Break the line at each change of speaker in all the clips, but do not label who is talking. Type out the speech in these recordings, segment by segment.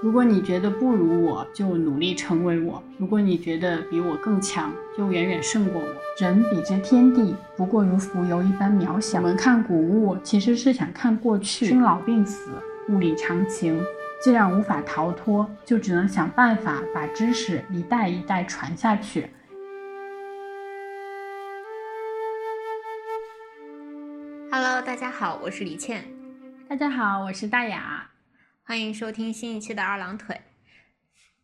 如果你觉得不如我，就努力成为我；如果你觉得比我更强，就远远胜过我。人比之天地，不过如蜉蝣一般渺小。我们看古物，其实是想看过去。生老病死，物理常情。既然无法逃脱，就只能想办法把知识一代一代传下去。
Hello，大家好，我是李倩，
大家好，我是大雅。
欢迎收听新一期的二郎腿。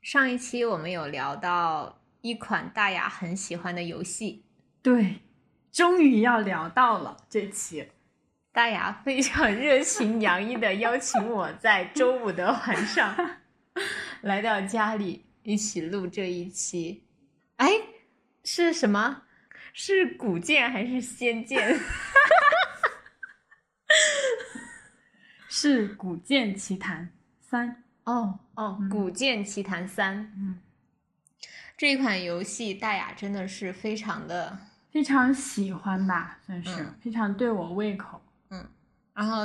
上一期我们有聊到一款大雅很喜欢的游戏，
对，终于要聊到了这期。
大雅非常热情洋溢的邀请我在周五的晚上来到家里一起录这一期。哎，是什么？是古剑还是仙剑？
是《古剑奇谭三》。
哦哦，
嗯
《古剑奇谭三》
嗯，
这款游戏，大雅真的是非常的
非常喜欢吧，算是、
嗯
非常对我胃口。
然后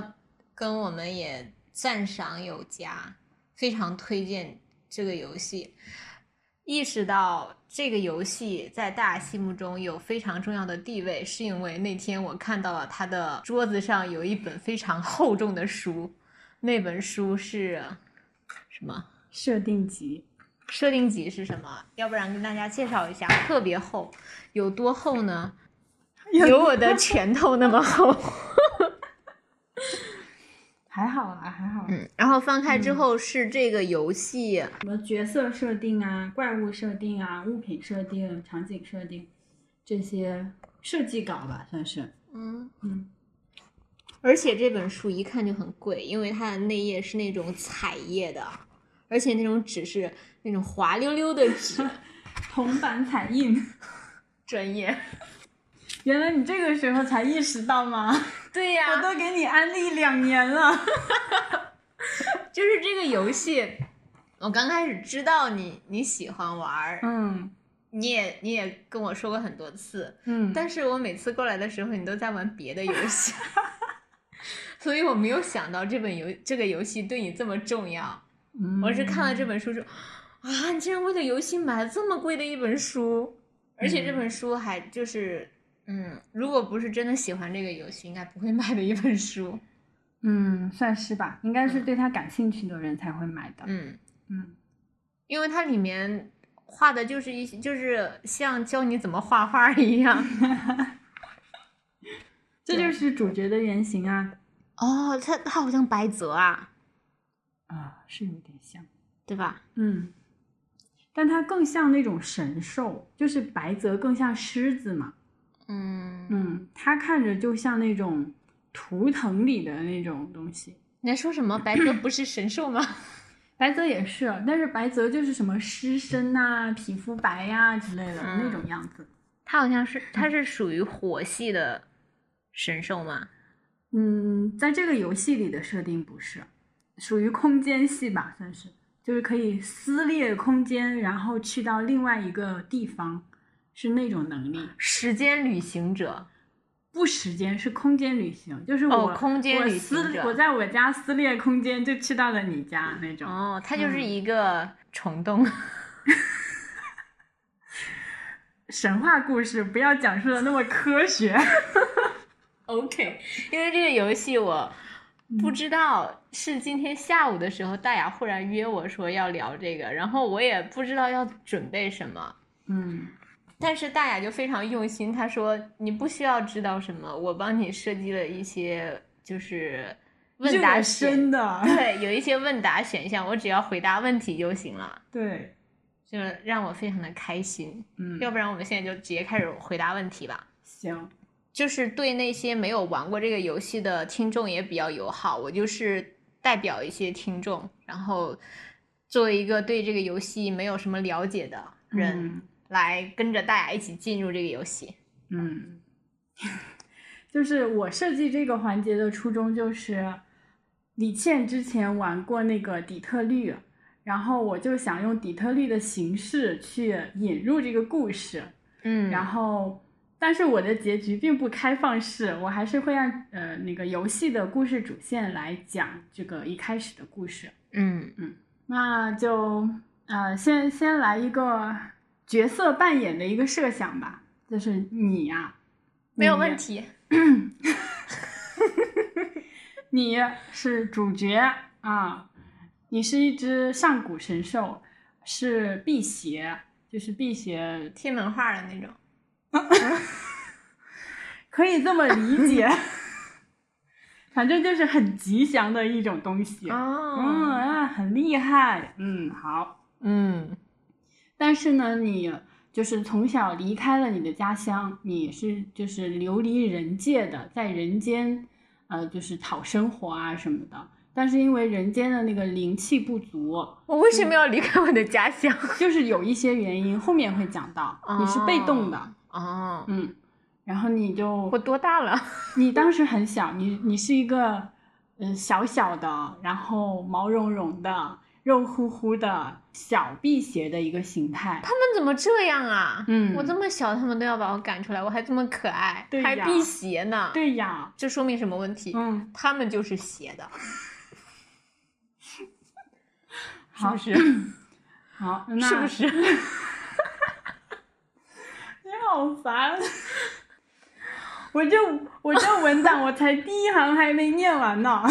跟我们也赞赏有加，非常推荐这个游戏。意识到这个游戏在大家心目中有非常重要的地位，是因为那天我看到了他的桌子上有一本非常厚重的书，那本书是什么？
设定集
设定集是什么？要不然跟大家介绍一下，特别厚，有多厚呢？有我的拳头那么厚。
还好啦，还好。
嗯，然后翻开之后是这个游戏，
什么角色设定啊、怪物设定啊、物品设定、场景设定这些设计稿吧，算是。
嗯，
嗯，
而且这本书一看就很贵，因为它的内页是那种彩页的，而且那种纸是那种滑溜溜的纸，
铜版彩印。
专业。
原来你这个时候才意识到吗？
对呀、
我都给你安利两年了。
就是这个游戏，我刚开始知道你你喜欢玩儿，
嗯
你也你也跟我说过很多次，
嗯，
但是我每次过来的时候，你都在玩别的游戏， 所以我没有想到这本游这个游戏对你这么重要。
嗯
我是看了这本书之后，啊，你竟然为了游戏买了这么贵的一本书，而且这
嗯
本书还就是，嗯，如果不是真的喜欢这个游戏，应该不会买的一本书。
嗯，算是吧，应该是对他感兴趣的人才会买的。
嗯，
嗯，
因为它里面画的就是一些，就是像教你怎么画画 一样。
这就是主角的原型啊。
哦，它它好像白泽啊，
啊，是有点像。
对吧？
嗯，但它更像那种神兽，就是白泽更像狮子嘛。
嗯，
嗯，它看着就像那种图腾里的那种东西。
你在说什么？白泽不是神兽吗？
白泽也是，啊但是白泽就是什么狮身呐、皮肤白呀、之类的、
嗯
那种样子。
它好像是它是属于火系的神兽吗？
嗯，在这个游戏里的设定不是，属于空间系吧，算是，就是可以撕裂空间，然后去到另外一个地方，是那种能力。
时间旅行者。
不时间是空间旅行，就是我、
哦空间旅行
我撕
者
我在我家撕裂空间，就去到了你家那种。
哦，它就是
嗯
一个虫洞。
神话故事不要讲述的那么科 学。
OK，因为这个游戏我不知道是今天下午的时候，大雅忽然约我说要聊这个，然后我也不知道要准备什么。
嗯
但是大雅就非常用心，她说你不需要知道什么，我帮你设计了一些就是问答
热
选，
身的，
对，有一些问答选项，我只要回答问题就行了，
对，
就是让我非常的开心。
嗯，
要不然我们现在就直接开始回答问题吧。
行，
就是对那些没有玩过这个游戏的听众也比较友好。我就是代表一些听众，然后作为一个对这个游戏没有什么了解的人，
嗯
来跟着大家一起进入这个游戏。
嗯， 就是我设计这个环节的初衷就是，李倩之前玩过那个底特律，然后我就想用底特律的形式去引入这个故事，
嗯
然
然后
后。但是我的结局并不开放式，我还是会按呃那个游戏的故事主线来讲这个一开始的故事。
嗯，
那就呃，先先来一个角色扮演的一个设想吧，就是你呀、
没有
你
问题。
你是主角啊，你是一只上古神兽，是辟邪，就是辟邪，
贴门画的那种。
可以这么理解， 反正就是很吉祥的一种东西。嗯
哦，
啊，很厉害，嗯，好。
嗯
但是呢，你就是从小离开了你的家乡，你是就是流离人界的，在人间，呃，就是讨生活啊什么的。但是因为人间的那个灵气不足，
我为什么要离开我的家乡？
就是有一些原因，后面会讲到，你是被动的，
哦，
嗯，然后你就
我多大了？
你当时很小，你你是一个嗯小小的，然后毛茸茸的、肉乎乎的小辟邪的一个形态，
他们怎么这样啊？
嗯
我这么小，他们都要把我赶出来，我还这么可爱，
对呀
还辟邪呢。，
对呀，
这说明什么问题？
嗯，
他们就是邪的，是
好
不是？
好，那
是不是？
你 好烦。 我这我这文档我才第一行还没念完呢，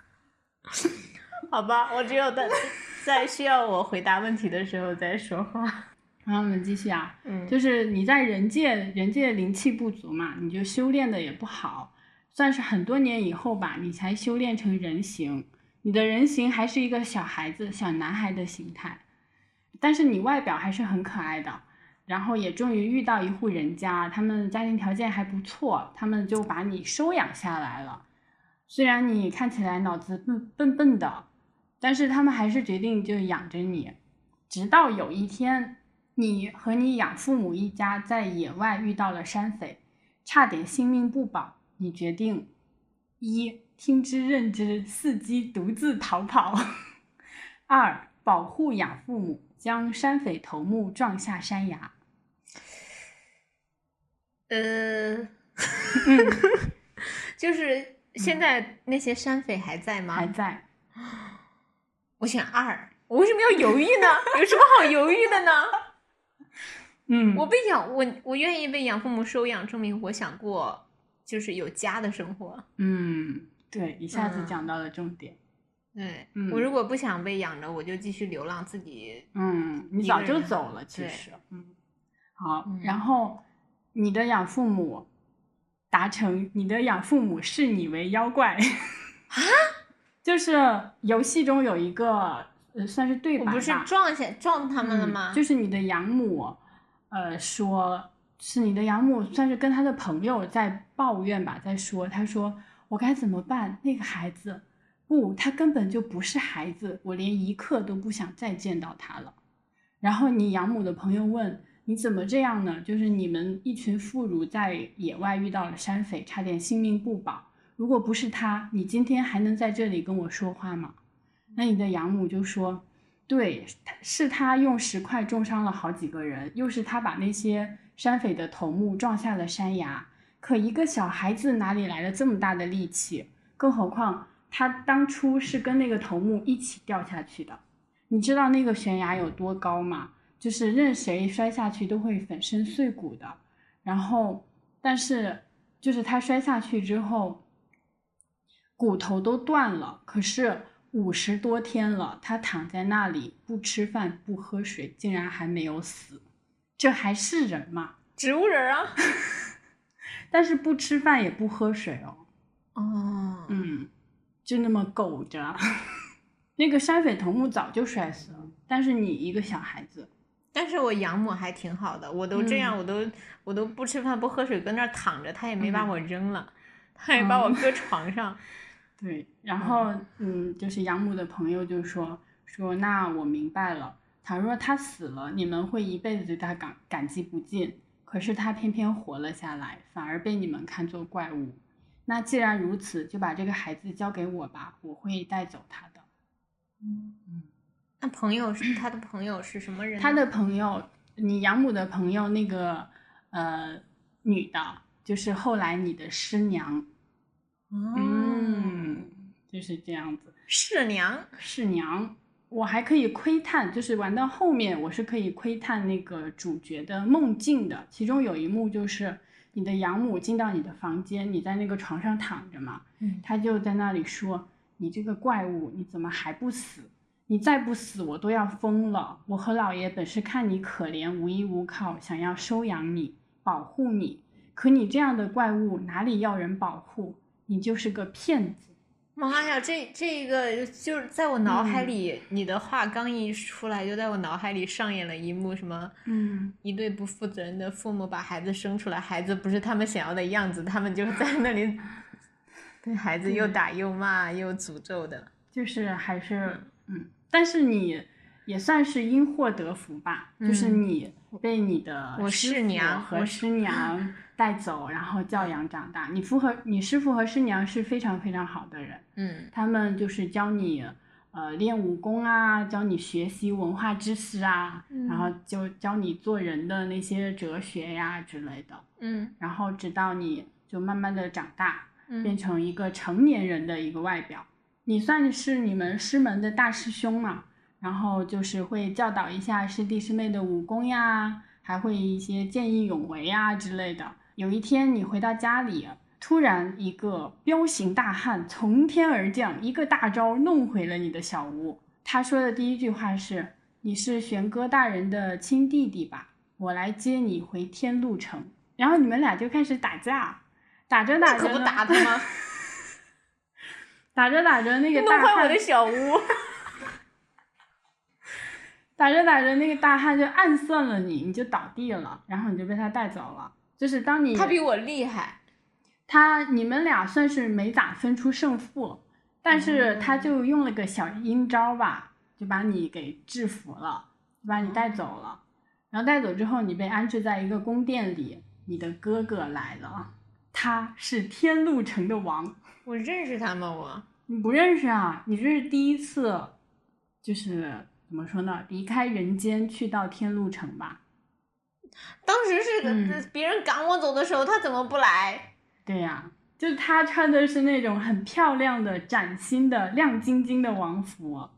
好吧，我只有在在需要我回答问题的时候再说话。
然后我们继续啊，
嗯，
就是你在人界，人界灵气不足嘛，你就修炼的也不好，算是很多年以后吧，你才修炼成人形。你的人形还是一个小孩子、小男孩的形态，但是你外表还是很可爱的。然后也终于遇到一户人家，他们家庭条件还不错，他们就把你收养下来了。虽然你看起来脑子笨笨笨的，但是他们还是决定就养着你，直到有一天，你和你养父母一家在野外遇到了山匪，差点性命不保。你决定一听之任之，伺机独自逃跑； 二保护养父母，将山匪头目撞下山崖。
呃，
嗯，
就是现在那些山匪还在吗？
还在，
我选二，我为什么要犹豫呢？有什么好犹豫的呢？
嗯，
我被养，我我愿意被养父母收养，证明我想过就是有家的生活。
嗯，对，一下子
嗯
讲到了重点。
对、
嗯
我如果不想被养着，我就继续流浪，自己
嗯，你
一
早
个
就
人
走了，其
对
实，嗯，好，
嗯
然后你的养父母达成，你的养父母视你为妖怪
啊
就是游戏中有一个呃，算是对
我
白吧，
不是撞下撞他们了
嗯
吗？
就是你的养母，呃，说是你的养母算是跟她的朋友在抱怨吧，在说，她说我该怎么办？那个孩子，不，他根本就不是孩子，我连一刻都不想再见到他了。然后你养母的朋友问你怎么这样呢？就是你们一群妇孺在野外遇到了山匪，差点性命不保。如果不是他，你今天还能在这里跟我说话吗？那你的养母就说：“对，是他用石块重伤了好几个人，又是他把那些山匪的头目撞下了山崖。可一个小孩子哪里来的这么大的力气？更何况他当初是跟那个头目一起掉下去的。你知道那个悬崖有多高吗？就是任谁摔下去都会粉身碎骨的。然后，但是就是他摔下去之后，骨头都断了，可是五十多天了，他躺在那里不吃饭不喝水，竟然还没有死，这还是人吗？
植物 人啊。
但是不吃饭也不喝水哦，
哦，
嗯，就那么苟着。 那个山匪头目早就摔死了，但是你一个小孩子，
但是我养母还挺好的，我都这样，
嗯
我都我都不吃饭不喝水，跟那儿躺着，她也没把
嗯
我扔了，她也把我
嗯
搁床上。
对，然后嗯，就是养母的朋友就说说，那我明白了。倘若他死了，你们会一辈子对他感感激不尽。可是他偏偏活了下来，反而被你们看作怪物。那既然如此，就把这个孩子交给我吧，我会带走他的。
那朋友是他的朋友是什么人呢？
他的朋友，你养母的朋友那个呃女的，就是后来你的师娘，嗯
哦，
嗯，就是这样子。
是娘，
是娘，我还可以窥探，就是玩到后面，我是可以窥探那个主角的梦境的。其中有一幕就是你的养母进到你的房间，你在那个床上躺着嘛，
嗯
她就在那里说：“你这个怪物，你怎么还不死？你再不死，我都要疯了！我和老爷本是看你可怜无依无靠，想要收养你，保护你，可你这样的怪物哪里要人保护？你就是个骗子。”
妈呀，这这个就是在我脑
嗯
海里，你的话刚一出来，就在我脑海里上演了一幕什么，
嗯，
一对不负责任的父母把孩子生出来，孩子不是他们想要的样子，他们就在那 里对孩子又打又骂又诅咒的。
就是还是嗯，但是你也算是因祸得福吧，就是
嗯
你被你的
我
师
师
傅
娘
和
我
师娘 带走，然后教养长大。你符合你师傅和师娘是非常非常好的人，
嗯
他们就是教你呃练武功啊，教你学习文化知识啊，
嗯
然后就教你做人的那些哲学呀、之类的。
嗯
然后直到你就慢慢的长大，变
嗯
成一个成年人的一个外表。你算是你们师门的大师兄嘛，然后就是会教导一下师弟师妹的武功呀，还会一些见义勇为呀之类的。有一天你回到家里，突然一个彪形大汉从天而降，一个大招弄回了你的小屋。他说的第一句话是：“你是玄哥大人的亲弟弟吧？我来接你回天路城。”然后你们俩就开始打架，打着打
可
着
不
呢
打他 吗？
打着打着，那个
弄
大
坏我
汉
的小屋。
打着打着，那个大汉就暗算了你，你就倒地了，然后你就被他带走了。就是当你
他比我厉害。
他你们俩算是没咋分出胜负，但是
嗯
他就用了个小阴招吧，就把你给制服了，就把你带走了。然后带走之后，你被安置在一个宫殿里，你的哥哥来了，他是天路城的王。
我认识他吗？我
你不认识啊？你这是第一次，就是怎么说呢？离开人间去到天路城吧？
当时是、
嗯
别人赶我走的时候，他怎么不来？
对呀、就是他穿的是那种很漂亮的、崭新的、亮晶晶的王服，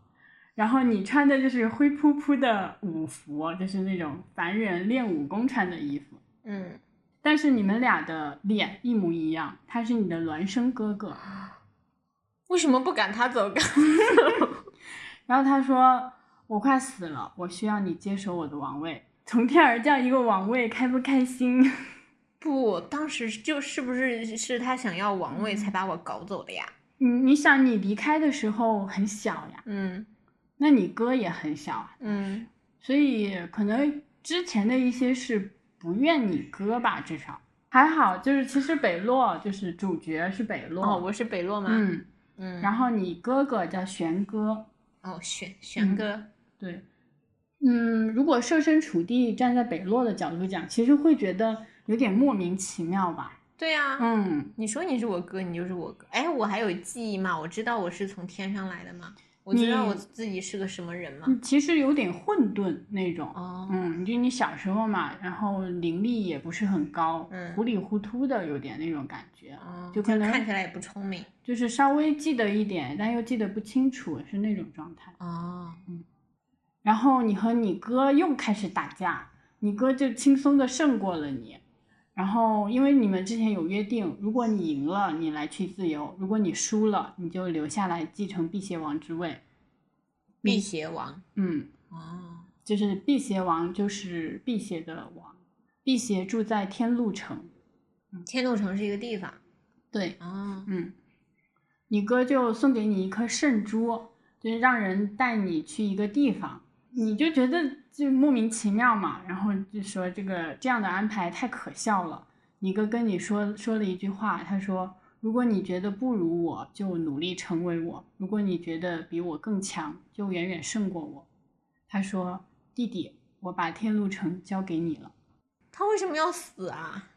然后你穿的就是灰扑扑的武服，就是那种凡人练武功穿的衣服。
嗯，
但是你们俩的脸一模一样，他是你的孪生哥哥。
为什么不赶他走？赶
然后他说：“我快死了，我需要你接手我的王位。”从天而降一个王位，开不开心？
不，当时就是不是是他想要王位才把我搞走的呀？
你你想，你离开的时候很小呀，
嗯
那你哥也很小啊，
嗯
所以可能之前的一些是不怨你哥吧，至少还好。就是其实北洛就是主角是北洛，
哦，我是北洛吗？
嗯，
嗯
然后你哥哥叫玄哥，
哦，玄玄哥，
对，嗯，如果设身处地站在北洛的角度讲，其实会觉得有点莫名其妙吧。
对呀、
嗯，
你说你是我哥，你就是我哥。哎，我还有记忆吗？我知道我是从天上来的吗？我知道
你
我自己是个什么人吗？
你其实有点混沌那种。
嗯哦，
嗯，就你小时候嘛，然后灵力也不是很高，
嗯
糊里糊涂的有点那种感觉，
哦
就可能
看起来也不聪明。
就是稍微记得一点，但又记得不清楚，是那种状态。
哦，
然后你和你哥又开始打架，你哥就轻松的胜过了你。然后因为你们之前有约定，如果你赢了，你来去自由；如果你输了，你就留下来继承辟邪王之位。
辟邪王。
嗯，
哦，
就是辟邪王就是辟邪的王，辟邪住在天路城。
天路城是一个地方。
对，
哦，
嗯，你哥就送给你一颗圣珠，就是让人带你去一个地方，你就觉得就莫名其妙嘛，然后就说这个这样的安排太可笑了。你哥跟你说说了一句话，他说：“如果你觉得不如我，就努力成为我；如果你觉得比我更强，就远远胜过我。”他说：“弟弟，我把天路城交给你了。”
他为什么要死啊？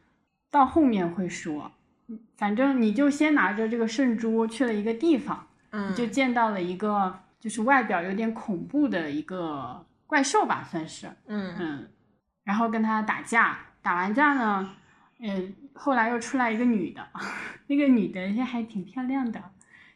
到后面会说，嗯反正你就先拿着这个圣珠去了一个地方，
嗯，
就见到了一个就是外表有点恐怖的一个怪兽吧，算是，
嗯
嗯，然后跟他打架，打完架呢，嗯，后来又出来一个女的， 那个女的还挺漂亮的，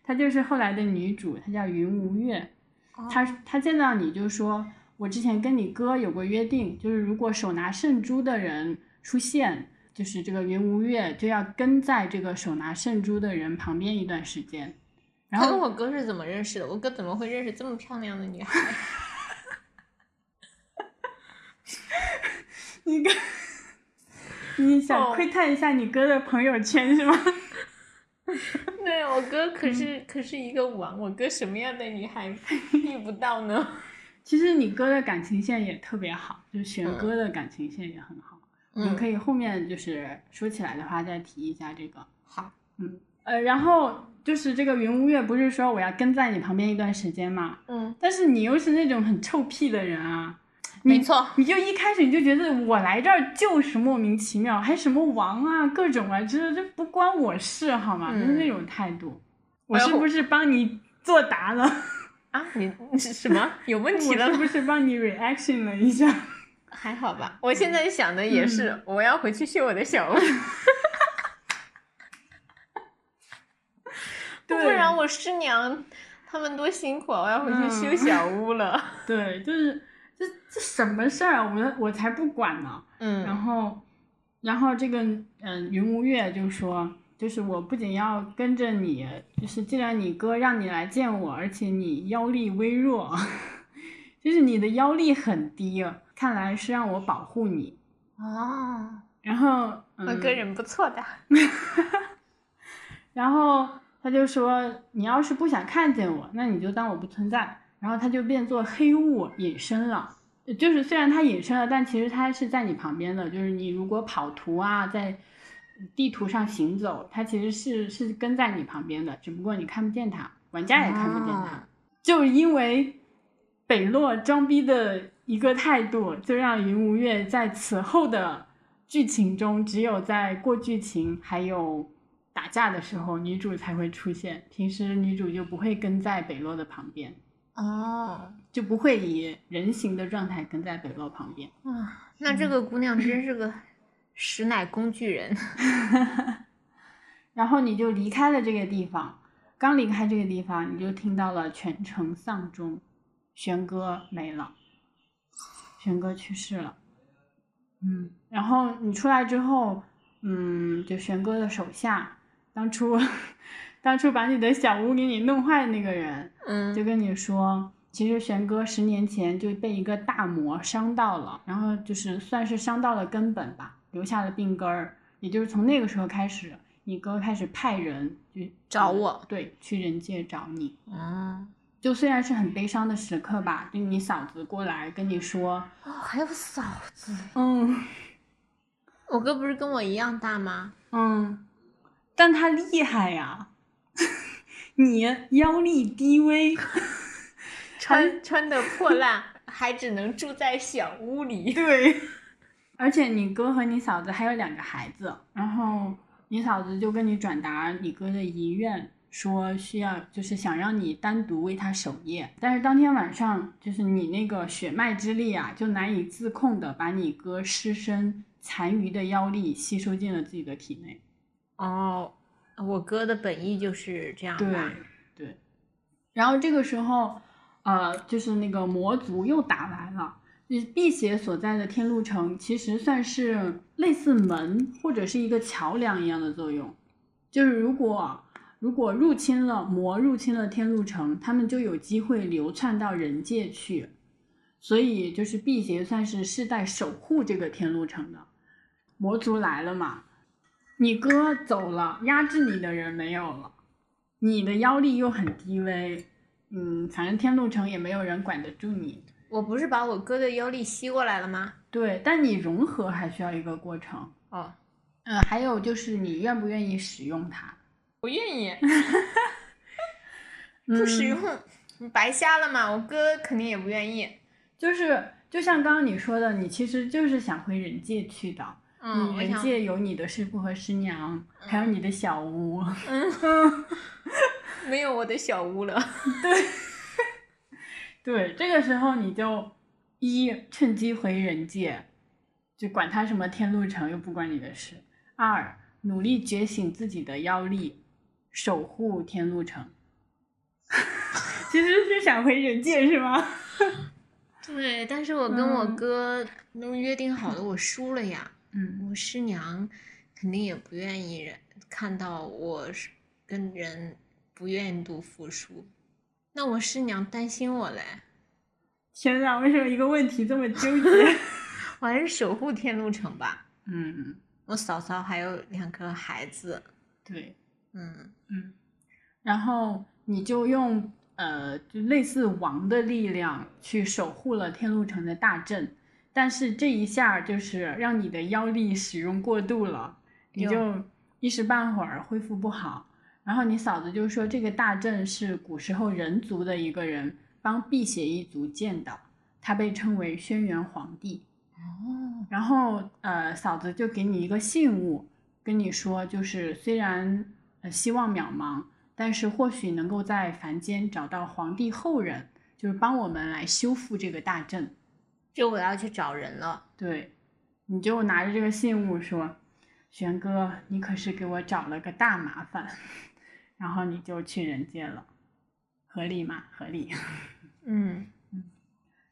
她就是后来的女主，她叫云无月，
哦
他他见到你就说，我之前跟你哥有过约定，就是如果手拿圣珠的人出现，就是这个云无月就要跟在这个手拿圣珠的人旁边一段时间。然
他跟
后
我哥是怎么认识的？我哥怎么会认识这么漂亮的女孩？
你跟你想
哦
窥探一下你哥的朋友圈是吗？
对啊我哥可是、可是一个王，我哥什么样的女孩 遇不到呢？
其实你哥的感情线也特别好，就是璇
嗯
哥的感情线也很好。我们
嗯，
可以后面就是说起来的话再提一下这个。
好，
呃，然后就是这个云无月不是说我要跟在你旁边一段时间嘛，
嗯，
但是你又是那种很臭屁的人啊，你
没错，
你就一开始你就觉得我来这儿就是莫名其妙，还什么王啊各种啊，就是这不关我事好吗？就是那种态度。我
嗯哎
是
我
不是帮你作答了？
啊，你你是什么有问
我
题了
是
吗？
不是帮你 reaction 了一下？
还好吧，我现在想的也是，
嗯
我要回去秀我的 小屋，不
对
然我师娘他们多辛苦啊！我要回去
嗯
修小屋 了。
对，就是这这什么事儿啊，我我才不管呢。
嗯
然后，然后这个嗯，云无月就说，就是我不仅要跟着你，就是既然你哥让你来见我，而且你妖力微弱， 就是你的妖力很低，啊看来是让我保护你。
哦，嗯
然后，嗯，
我哥人不错的。
然后他就说，你要是不想看见我，那你就当我不存在。然后他就变作黑雾隐身了。就是虽然他隐身了，但其实他是在你旁边的。就是你如果跑图啊，在地图上行走，他其实是是跟在你旁边的，只不过你看不见他，玩家也看不见他。
啊
就因为北洛装逼的一个态度，就让云无月在此后的剧情中，只有在过剧情还有打架的时候，女主才会出现。平时女主就不会跟在北洛的旁边，
哦，
就不会以人形的状态跟在北洛旁边。
啊，那这个姑娘真是个实乃工具人。
然后你就离开了这个地方，刚离开这个地方，你就听到了全城丧钟，玄哥没了，玄哥去世了。嗯，然后你出来之后，嗯，就玄哥的手下，当初 当初把你的小屋给你弄坏的那个人，
嗯
就跟你说，其实玄哥十年前就被一个大魔伤到了，然后就是算是伤到了根本吧，留下了病根儿。也就是从那个时候开始，你哥开始派人去
找我，
对，去人界找你。
哦，
就虽然是很悲伤的时刻吧，就你嫂子过来跟你说，
哦还有嫂子，
嗯
我哥不是跟我一样大吗？
嗯，但他厉害呀， 你妖力低微，
穿穿的破 烂，还只能住在小屋里。
对，而且你哥和你嫂子还有两个孩子，然后你嫂子就跟你转达你哥的遗愿，说需要就是想让你单独为他守夜，但是当天晚上就是你那个血脉之力啊，就难以自控的把你哥尸身残余的妖力吸收进了自己的体内。
哦，我哥的本意就是这样
对
吧？
对，然后这个时候，呃，就是那个魔族又打来了。就是辟邪所在的天路城，其实算是类似门或者是一个桥梁一样的作用。就是如果如果入侵了魔入侵了天路城，他们就有机会流窜到人界去。所以就是辟邪算是世代守护这个天路城的。魔族来了嘛，你哥走了，压制你的人没有了，你的妖力又很低微，嗯，反正天路城也没有人管得住你。
我不是把我哥的妖力吸过来了吗？
对，但你融合还需要一个过程。
哦，
嗯，还有就是你愿不愿意使用它？
不 愿意，
嗯
不使用，你白瞎了嘛？我哥肯定也不愿意。
就是就像刚刚你说的，你其实就是想回人界去的。
嗯，我
人
想，
界有你的师傅和师娘，还有你的小屋。
嗯，没有我的小屋了。
对，这个时候你就一趁机回人界，就管他什么天路城，又不关你的事。二，努力 觉醒自己的妖力，守护天路城。
其实是闪回人界是吗？
对，但是我跟我
嗯
哥都约定好了，我输了呀。
嗯
我师娘肯定也不愿意人看到我是跟人不愿赌服输，那我师娘担心我嘞，
天哪，为什么一个问题这么纠结？
我还是守护天路城吧。
嗯，
我嫂嫂还有两个孩子，
对，
嗯，
嗯，然后你就用呃，就类似王的力量去守护了天路城的大阵，但是这一下就是让你的妖力使用过度了，你
哟
就一时半会儿恢复不好。然后你嫂子就说，这个大阵是古时候人族的一个人帮辟邪一族建的，他被称为轩辕皇帝。
哦，
然后呃，嫂子就给你一个信物，跟你说，就是虽然呃希望渺茫，但是或许能够在凡间找到皇帝后人，就是帮我们来修复这个大阵。
就我要去找人了。
对，你就拿着这个信物说，玄哥，你可是给我找了个大麻烦， 然后你就去人间了，合理吗？合理。
嗯，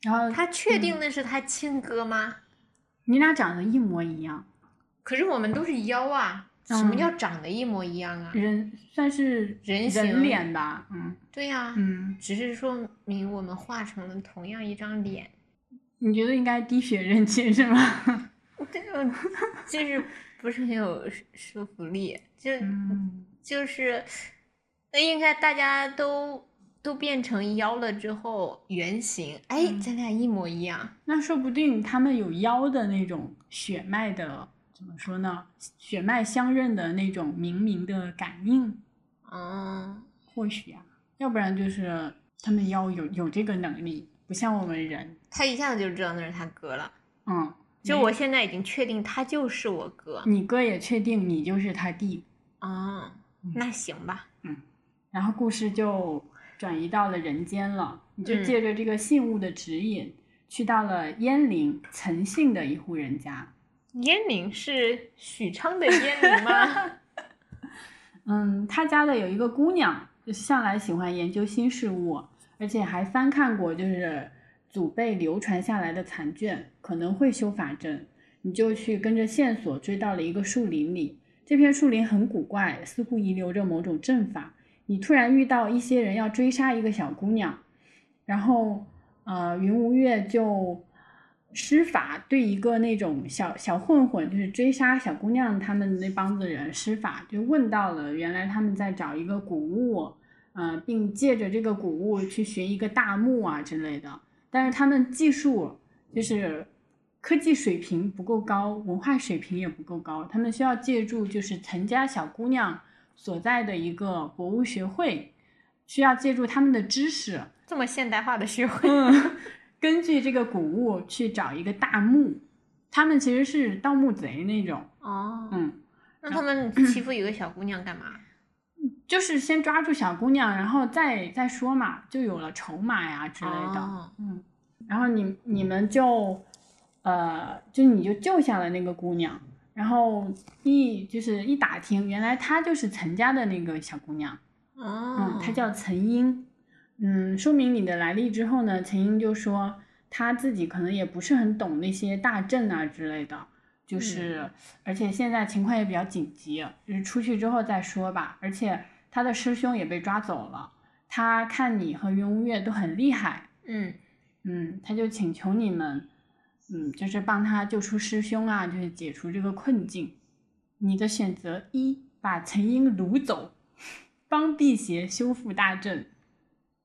然后
他确定
嗯
那是他亲哥吗？
你俩长得一模一样，
可是我们都是妖啊，什么
嗯
叫长得一模一样啊？
人算是
人形
人脸吧？嗯
对呀、
嗯。
只是说明我们画成了同样一张脸。
你觉得应该滴血认亲是吗？
这个就是不是很有说说服力，就、
嗯，
就是那应该大家都都变成妖了之后原型，哎，
嗯
咱俩一模一样，
那说不定他们有妖的那种血脉的，怎么说呢？血脉相认的那种冥冥的感应，
嗯，
或许啊，要不然就是他们妖有有这个能力，不像我们人。
他一下子就知道那是他哥了。
嗯，
就
没嗯
我现在已经确定他就是我哥，
你哥也确定你就是他弟，
嗯，那行吧，
然后故事就转移到了人间了。你就
嗯
借着这个信物的指引，去到了燕陵岑姓的一户人家。
烟龄是许昌的烟龄吗？
嗯，他家的有一个姑娘，就向来喜欢研究新事物，而且还翻看过就是祖辈流传下来的残卷，可能会修法阵。你就去跟着线索追到了一个树林里，这片树林很古怪，似乎遗留着某种阵法。你突然遇到一些人要追杀一个小姑娘，然后呃，云无月就施法对一个那种小小混混，就是追杀小姑娘他们那帮子人施法，就问到了原来他们在找一个古物，呃，并借着这个古物去寻一个大墓啊之类的。但是他们技术就是科技水平不够高，文化水平也不够高，他们需要借助就是岑家小姑娘所在的一个博物学会，需要借助他们的知识，
这么现代化的学会，
嗯， 根据这个古物去找一个大墓，他们其实是盗墓贼那种，
哦，
嗯，
那他们欺负一个小姑娘干嘛？
就是先抓住小姑娘，然后再再说嘛，就有了筹码呀之类的，
哦
嗯，然后你你们就，呃，就你就救下了那个姑娘，然后一就是一打听，原来她就是岑家的那个小姑娘，
哦
嗯，，她叫岑英。嗯，说明你的来历之后呢，岑英就说她自己可能也不是很懂那些大阵啊之类的，就是、而且现在情况也比较紧急，就是出去之后再说吧。而且她的师兄也被抓走了，她看你和云无月都很厉害，
嗯，
嗯，她就请求你们，嗯，就是帮她救出师兄啊，就是解除这个困境。你的选择一，把岑英掳走，帮辟邪修复大阵；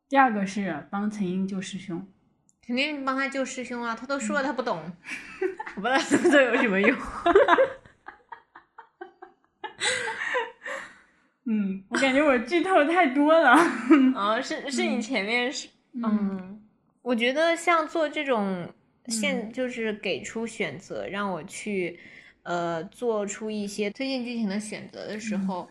第二个是帮岑英救师兄。
肯定帮他救师兄啊，他都说了他不懂，
嗯 我不知道说这有什么用。
嗯，我感觉我剧透太多了。
啊、是是你前面是，
嗯
我觉得像做这种
嗯
现、就是给出选择，让我去呃做出一些推荐剧情的选择的
嗯
时候，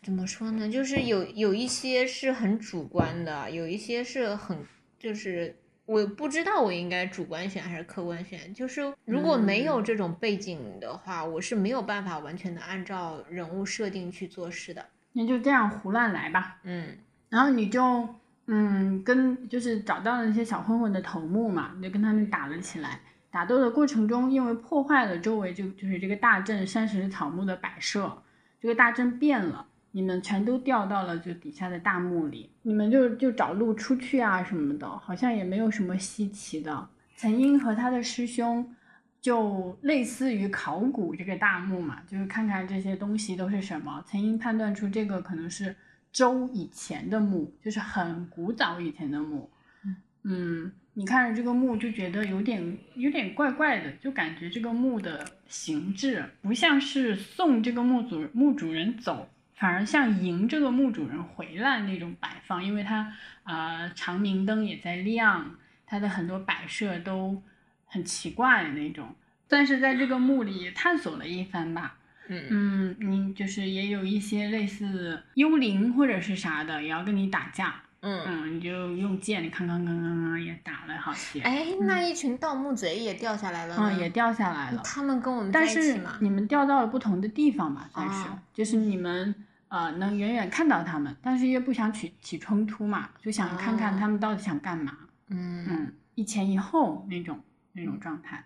怎么说呢？就是有有一些是很主观的，有一些是很就是。我不知道我应该主观选还是客观选，就是如果
嗯
没有这种背景的话，我是没有办法完全的按照人物设定去做事的。
那就这样胡乱来吧。
嗯，
然后你就嗯，跟就是找到了那些小混混的头目嘛，就跟他们打了起来。打斗的过程中，因为破坏了周围就就是这个大阵山石草木的摆设，这个大阵变了，你们全都掉到了就底下的大墓里，你们就就找路出去啊什么的，好像也没有什么稀奇的。陈英和他的师兄就类似于考古这个大墓嘛，就是看看这些东西都是什么。陈英判断出这个可能是周以前的墓，就是很古早以前的墓。嗯，你看着这个墓就觉得有点有点怪怪的，就感觉这个墓的形制不像是送这个墓主墓主人走，反而像迎这个墓主人回来那种摆放，因为它呃长明灯也在亮，它的很多摆设都很奇怪那种。算是在这个墓里探索了一番吧。
嗯，
嗯，你就是也有一些类似幽灵或者是啥的，也要跟你打架。
嗯，
嗯，你就用剑，你看看看看看也打了好些，
哎，那一群盗墓贼也掉下来了呢，
嗯嗯，也掉下来了。
他们跟我们在
但
一起
是
嘛，
你们掉到了不同的地方吧，算是，
哦
就是你们呃能远远看到他们，但是又不想起起冲突嘛，就想看看
哦
他们到底想干嘛。
嗯
嗯，一前一后那种那种状态。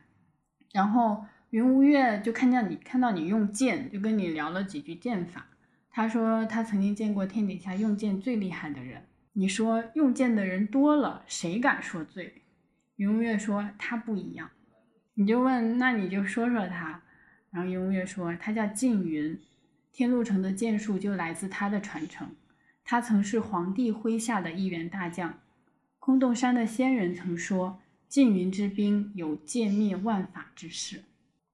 然后云无月就看见你看到你用剑，就跟你聊了几句剑法。他说他曾经见过天底下用剑最厉害的人。你说用剑的人多了，谁敢说最？云无月说他不一样。你就问，那你就说说他。然后云无月说他叫缙云，天路城的剑术就来自他的传承。他曾是皇帝麾下的一员大将。空洞山的仙人曾说：“缙云之兵有歼灭万法之势。”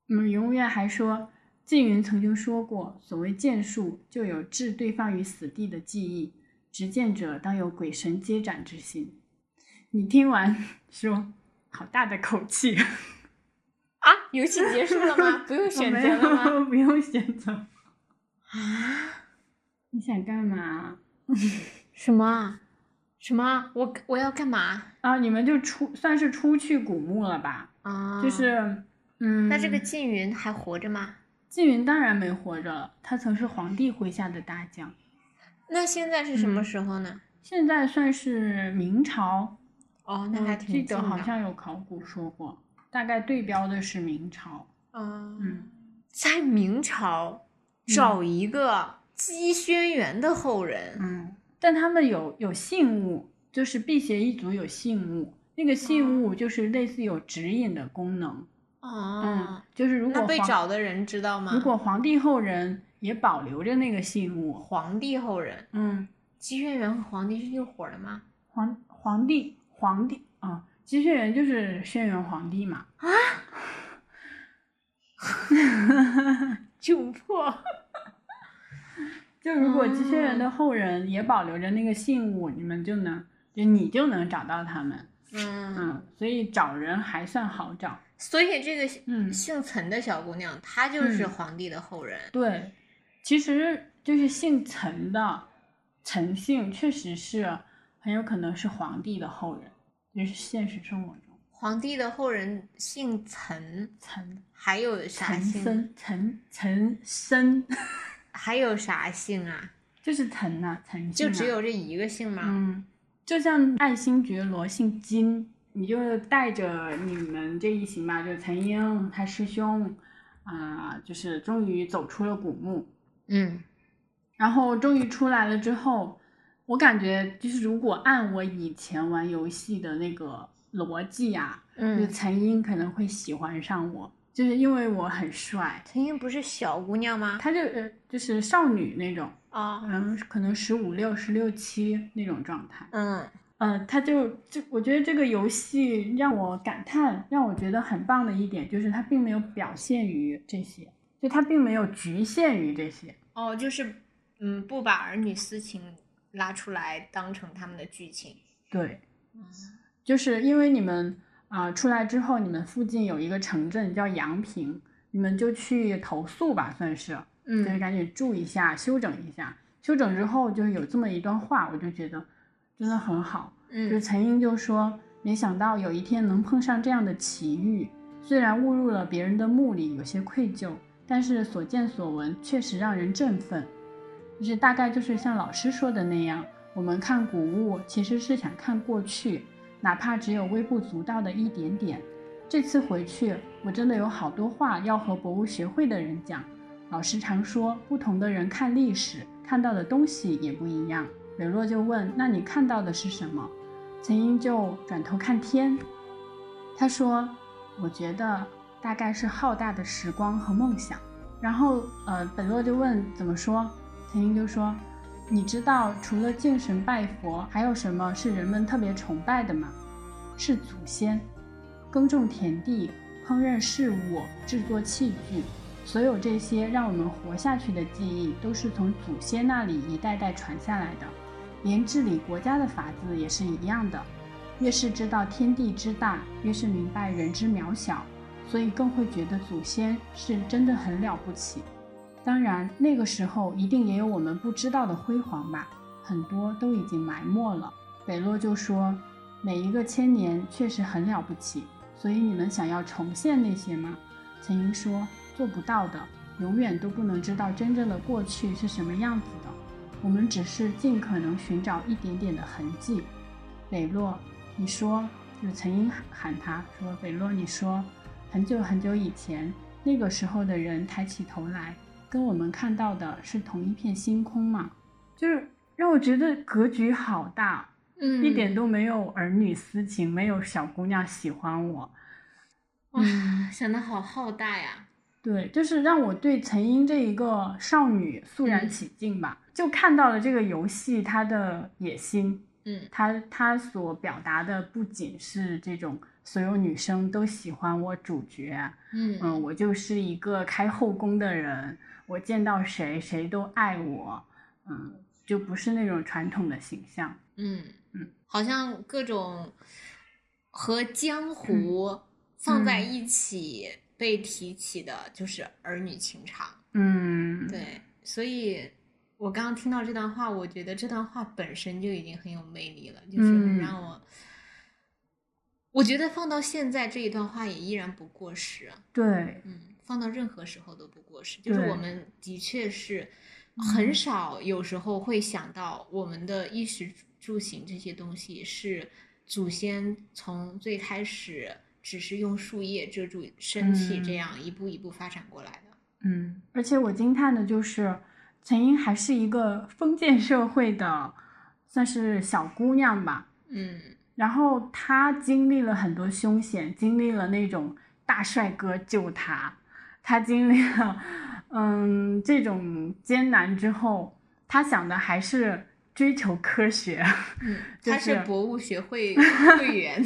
嗯，云无月还说，缙云曾经说过，所谓剑术，就有置对方于死地的技艺。执剑者当有鬼神皆斩之心。你听完说，好大的口气，
啊，游戏结束了 吗？不用选择了
我没
吗？
有不用选择。
啊，
你想干嘛？
什么啊？什么？我我要干嘛
啊，你们就出算是出去古墓了吧？
啊？
就是，嗯，
那这个缙云还活着吗？
缙云当然没活着了，他曾是皇帝麾下的大将，
那现在是什么
嗯
时候呢？
现在算是明朝。
哦，那还
我
挺
记
近
得
的。啊
好像有考古说过，大概对标的是明朝。
嗯
嗯，
在明朝找一个姬轩辕的后人，
嗯，但他们有有信物，就是辟邪一族有信物，那个信物就是类似有指引的功能。嗯
哦，，
就是如果
那被
皇
找的人知道吗？
如果皇帝后人也保留着那个信物，
皇帝后人，
嗯，
姬轩辕和皇帝是一伙儿的吗？
皇皇帝皇帝啊，姬轩辕就是轩辕皇帝嘛。
啊 窘迫，嗯
就如果机器人的后人也保留着那个信物，你们就能，就你就能找到他们。
嗯，
嗯，所以找人还算好找。
所以这个
嗯，
姓岑的小姑娘，她就是
嗯
皇帝的后人，
对，其实就是姓陈的，陈姓确实是很有可能是皇帝的后人，就是现实生活中
皇帝的后人姓岑，
陈
还有啥
陈
姓？
森陈陈森，
还有啥姓啊？
就是陈呐、陈姓、
就
啊、
只有这一个姓吗？
嗯，就像爱新觉罗姓金，你就带着你们这一行吧，就陈英他师兄，啊、就是终于走出了古墓，
嗯
然后终于出来了之后，我感觉就是如果按我以前玩游戏的那个逻辑啊，就是
嗯，
陈英可能会喜欢上我，就是因为我很帅，
岑英不是小姑娘吗？
他就呃就是少女那种，
啊，
嗯，可能十五六、十六七那种状态。
嗯。
嗯，他就这，我觉得这个游戏让我感叹，让我觉得很棒的一点就是它并没有表现于这些，就它并没有局限于这些。
哦，就是，嗯，不把儿女私情拉出来当成他们的剧情。
对，就是因为你们啊、出来之后，你们附近有一个城镇叫阳平，你们就去投诉吧，算是，就是
嗯，
赶紧住一下，休整一下。休整之后，就是有这么一段话，我就觉得真的很好。就是
嗯，
陈英就说，没想到有一天能碰上这样的奇遇，虽然误入了别人的墓里，有些愧疚，但是所见所闻确实让人振奋。就是大概就是像老师说的那样，我们看古物其实是想看过去，哪怕只有微不足道的一点点。这次回去，我真的有好多话要和博物学会的人讲。老师常说，不同的人看历史看到的东西也不一样。磊落就问：“那你看到的是什么？”陈英就转头看天，他说：“我觉得大概是浩大的时光和梦想。”然后，呃，本洛就问怎么说，陈英就说：“你知道除了敬神拜佛，还有什么是人们特别崇拜的吗？是祖先，耕种田地，烹饪事物，制作器具。”所有这些让我们活下去的记忆，都是从祖先那里一代代传下来的。连治理国家的法子也是一样的。越是知道天地之大，越是明白人之渺小，所以更会觉得祖先是真的很了不起。当然，那个时候一定也有我们不知道的辉煌吧，很多都已经埋没了。北洛就说：“每一个千年确实很了不起，所以你们想要重现那些吗？”陈英说。做不到的，永远都不能知道真正的过去是什么样子的。我们只是尽可能寻找一点点的痕迹。磊落，你说，就曾经喊他说：“磊落，你说，很久很久以前，那个时候的人抬起头来，跟我们看到的是同一片星空嘛？”就是让我觉得格局好大，
嗯，
一点都没有儿女私情，没有小姑娘喜欢我。嗯
哇，嗯想的好浩大呀！
对，就是让我对陈英这一个少女肃然
嗯
起敬吧，就看到了这个游戏它的野心，
嗯
它它所表达的不仅是这种所有女生都喜欢我主角，
嗯
嗯，我就是一个开后宫的人，我见到谁谁都爱我，嗯，就不是那种传统的形象，
嗯
嗯，
好像各种和江
嗯
湖放在一起被提起的，就是儿女情长。
嗯，，
对，所以我刚刚听到这段话，我觉得这段话本身就已经很有魅力了，就是
嗯
很让我，我觉得放到现在这一段话也依然不过时。啊
对，
嗯，放到任何时候都不过时。就是
对嗯
我们的确是很少，有时候会想到我们的衣食住行这些东西是祖先从最开始只是用树叶遮住身体，这
嗯
样一步一步发展过来的。
嗯，而且我惊叹的就是，陈英还是一个封建社会的，算是小姑娘吧。
嗯
然后她经历了很多凶险，经历了那种大帅哥救她，她经历了，嗯，这种艰难之后，她想的还是追求科学。
嗯，
就
他是
是
博物学 会会员。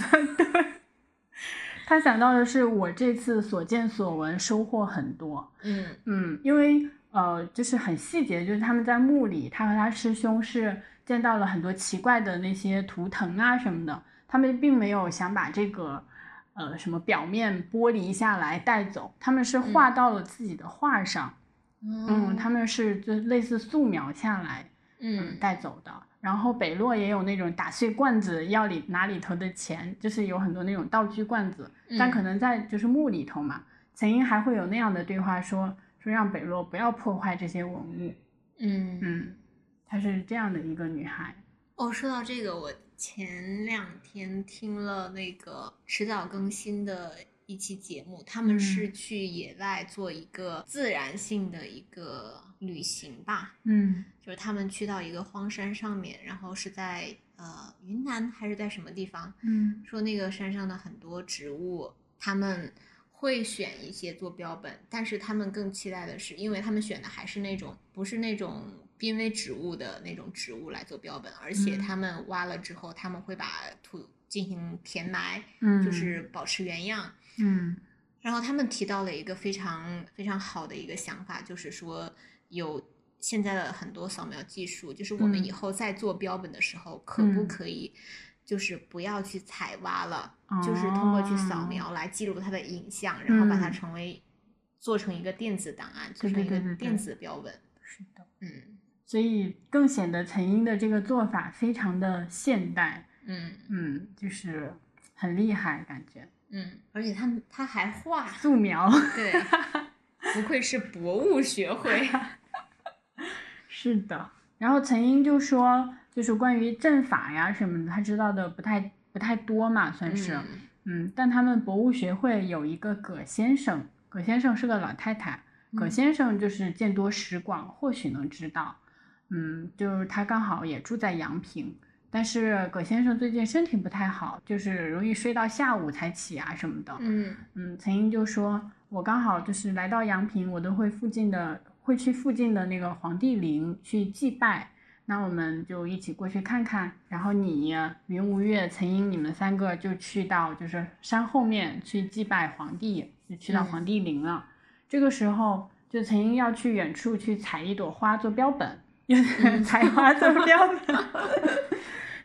她想到的是，我这次所见所闻收获很多，
嗯
嗯，因为呃，就是很细节，就是他们在墓里，他和他师兄是见到了很多奇怪的那些图腾啊什么的，他们并没有想把这个呃什么表面剥离下来带走，他们是画到了自己的画上，嗯，他们是就类似素描下来，嗯，
嗯
带走的。然后北洛也有那种打碎罐子要里拿里头的钱，就是有很多那种道具罐子，但可
嗯
能在就是墓里头嘛，陈英还会有那样的对话说说让北洛不要破坏这些文物。
嗯
嗯，她是这样的一个女孩。
哦，说到这个，我前两天听了那个迟早更新的一期节目，他们是去野外做一个自然性的一个旅行吧，
嗯
就是他们去到一个荒山上面，然后是在呃云南还是在什么地方，
嗯
说那个山上的很多植物，他们会选一些做标本，但是他们更期待的是，因为他们选的还是那种不是那种濒危植物的那种植物来做标本，而且
嗯
他们挖了之后，他们会把土进行填埋，
嗯，
就是保持原样。
嗯
然后他们提到了一个非常非常好的一个想法，就是说有现在的很多扫描技术，就是我们
嗯
以后在做标本的时候，可不
嗯
可以就是不要去采挖了，就是通过去扫
哦
描来记录它的影像，然后把它
嗯
成为做成一个电子档案，做
对对
成一个
对对对
电子标本。
是的，
嗯
所以更显得陈英的这个做法非常的现代。
嗯
嗯，就是很厉害，感觉
嗯，而且他们他还画，
素描
对， 不愧是博物学会。
是的。然后岑英就说，就是关于阵法呀什么的，他知道的不太不太多嘛，算是。
嗯
嗯，但他们博物学会有一个葛先生，葛先生是个老太太，葛
嗯
先生就是见多识广，或许能知道。嗯，就是他刚好也住在阳平，但是葛先生最近身体不太好，就是容易睡到下午才起啊什么的。
嗯
嗯，曾英就说，我刚好就是来到阳平，我都会附近的会去附近的那个黄帝陵去祭拜，那我们就一起过去看看。然后你、云无月、曾英，你们三个就去到就是山后面去祭拜黄帝，就去到
嗯
黄帝陵了。这个时候，就曾英要去远处去采一朵花做标本，有点 采花做标本。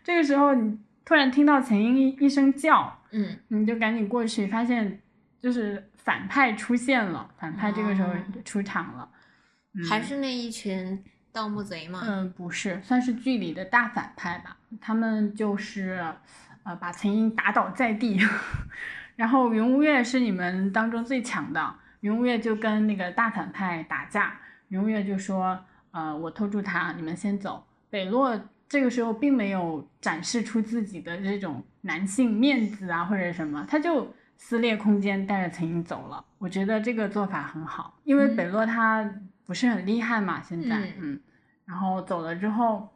这个时候，你突然听到曾英一一声叫。
嗯
你就赶紧过去，发现就是反派出现了，反派这个时候
哦
出场了，嗯、
还是那一群盗墓贼嘛。
嗯、不是，算是剧里的大反派吧。他们就是呃把陈英打倒在地， 然后云无月是你们当中最强的，云无月就跟那个大反派打架，云无月就说呃我拖住他，你们先走。北洛这个时候并没有展示出自己的这种男性面子啊或者什么，他就撕裂空间，带着陈英走了。我觉得这个做法很好，因为
嗯
北洛他不是很厉害嘛，现在
嗯
嗯然后走了之后，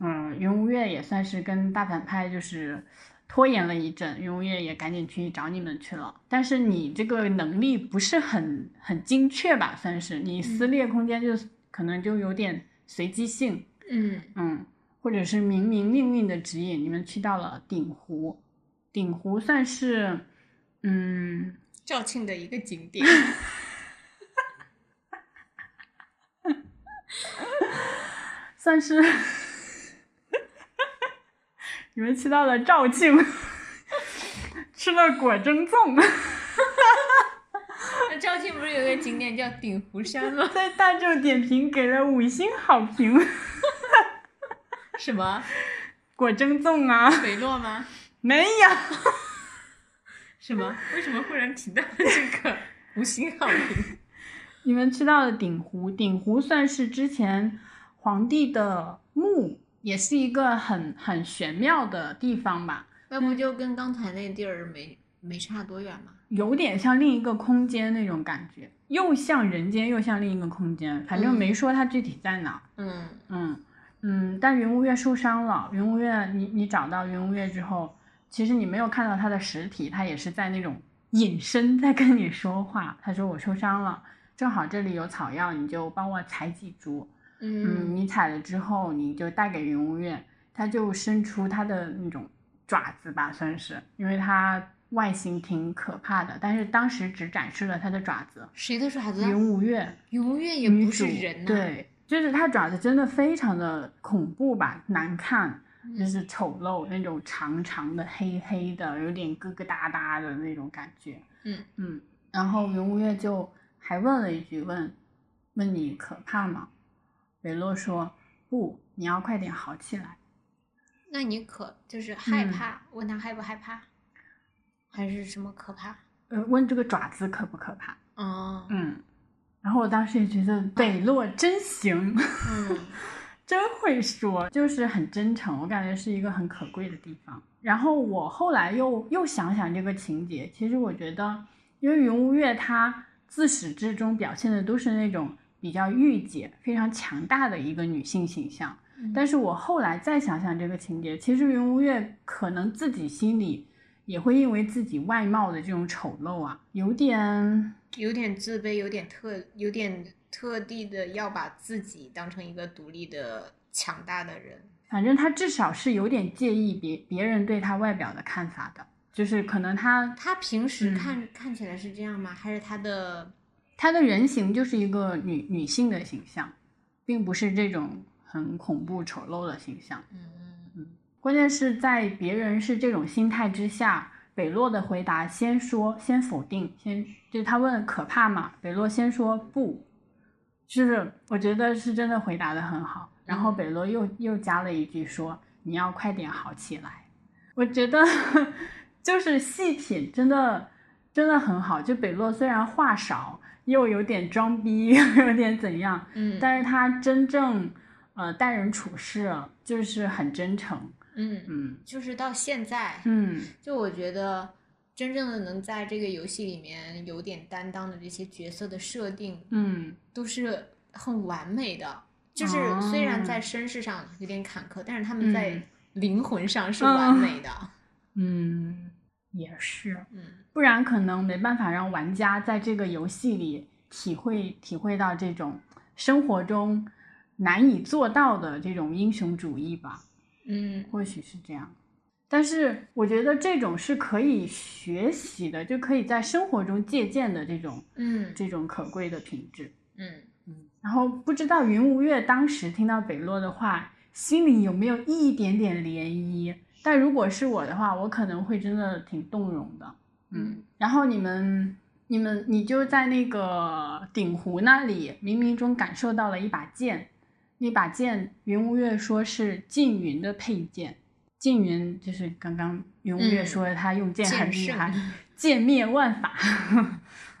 嗯，云无月也算是跟大反派就是拖延了一阵，云无月也赶紧去找你们去了。但是你这个能力不是很很精确吧，算是你撕
嗯
裂空间就、可能就有点随机性，
嗯
嗯，或者是明明命运的指引，你们去到了鼎湖，鼎湖算是，嗯，
肇庆的一个景 点。
算是你们去到了肇庆，吃了果蒸粽，
那肇庆不是有个景点叫鼎湖山吗？
在大众点评给了五星好评，
什么
果蒸粽啊，
北洛吗？
没有，
什么？为什么忽然提到了这个五星好评？
你们去到了鼎湖，鼎湖算是之前皇帝的墓，也是一个很很玄妙的地方吧。
那不就跟刚才那地儿没没差多远吗？
有点像另一个空间那种感觉，又像人间，又像另一个空间，反正
嗯
没说它具体在哪儿。
嗯
嗯嗯，但云无月受伤了，云无月，你你找到云无月之后，其实你没有看到他的实体，他也是在那种隐身在跟你说话。他说我受伤了，正好这里有草药，你就帮我采几株。嗯，
嗯
你采了之后，你就带给云无月，它就伸出它的那种爪子吧，算是，因为它外形挺可怕的，但是当时只展示了它的爪子。
谁的爪子啊？
云无月
永远也
女
不
主
是人呐、
对，就是它爪子真的非常的恐怖吧，难看，就
嗯，
是丑陋那种长长的、黑黑的，有点疙疙瘩瘩的那种感觉。
嗯
嗯，然后云无月就还问了一句，问问你可怕吗？维洛说不，你要快点好起来。
那你可就是害
嗯
怕？问他害不害怕，还是什么可怕？
呃，问这个爪子可不可怕？
哦，
嗯，然后我当时也觉得北洛真行，
嗯
真会说，就是很真诚，我感觉是一个很可贵的地方。然后我后来又又想想这个情节，其实我觉得，因为云无月她自始至终表现的都是那种比较御姐、非常强大的一个女性形象。
嗯
但是我后来再想想这个情节，其实云无月可能自己心里也会因为自己外貌的这种丑陋啊，有点
有点自卑，有点特，有点特地的要把自己当成一个独立的、强大的人。
反正他至少是有点介意别别人对他外表的看法的，就是可能他
他平时
嗯
看、看起来是这样吗？还是他的
他的人形就是一个女女性的形象，并不是这种很恐怖丑陋的形象。
嗯
关键是在别人是这种心态之下，北洛的回答先说先否定，先就是他问可怕吗？北洛先说不，就是我觉得是真的回答的很好。然后北洛又又加了一句说你要快点好起来。我觉得就是细品真的真的很好。就北洛虽然话 少，又有点装逼，又有点怎样，
嗯
但是他真正呃待人处事啊就是很真诚，
嗯，
嗯
就是到 现在，
嗯
就我觉得真正的能在这个游戏里面有点担当的这些角色的设定，
嗯
都是很完美的。就是
哦
虽然在身世上有点坎坷，但是他们
嗯
在灵魂上是完美的。
嗯，也是，
嗯
不然可能没办法让玩家在这个游戏里体会体会到这种生活中难以做到的这种英雄主义吧。
嗯
或许是这样。但是我觉得这种是可以学习的，就可以在生活中借鉴的这种
嗯
这种可贵的品质。
嗯
然后不知道云无月当时听到北洛的话，心里有没有一点点涟漪？但如果是我的话，我可能会真的挺动容的。
嗯，
然后你们、你们、你就在那个鼎湖那里，冥冥中感受到了一把剑。那把剑，云无月说是缙云的配剑。缙云就是刚刚云无月
嗯
说他用剑很
剑
厉
圣
害， 剑灭万法。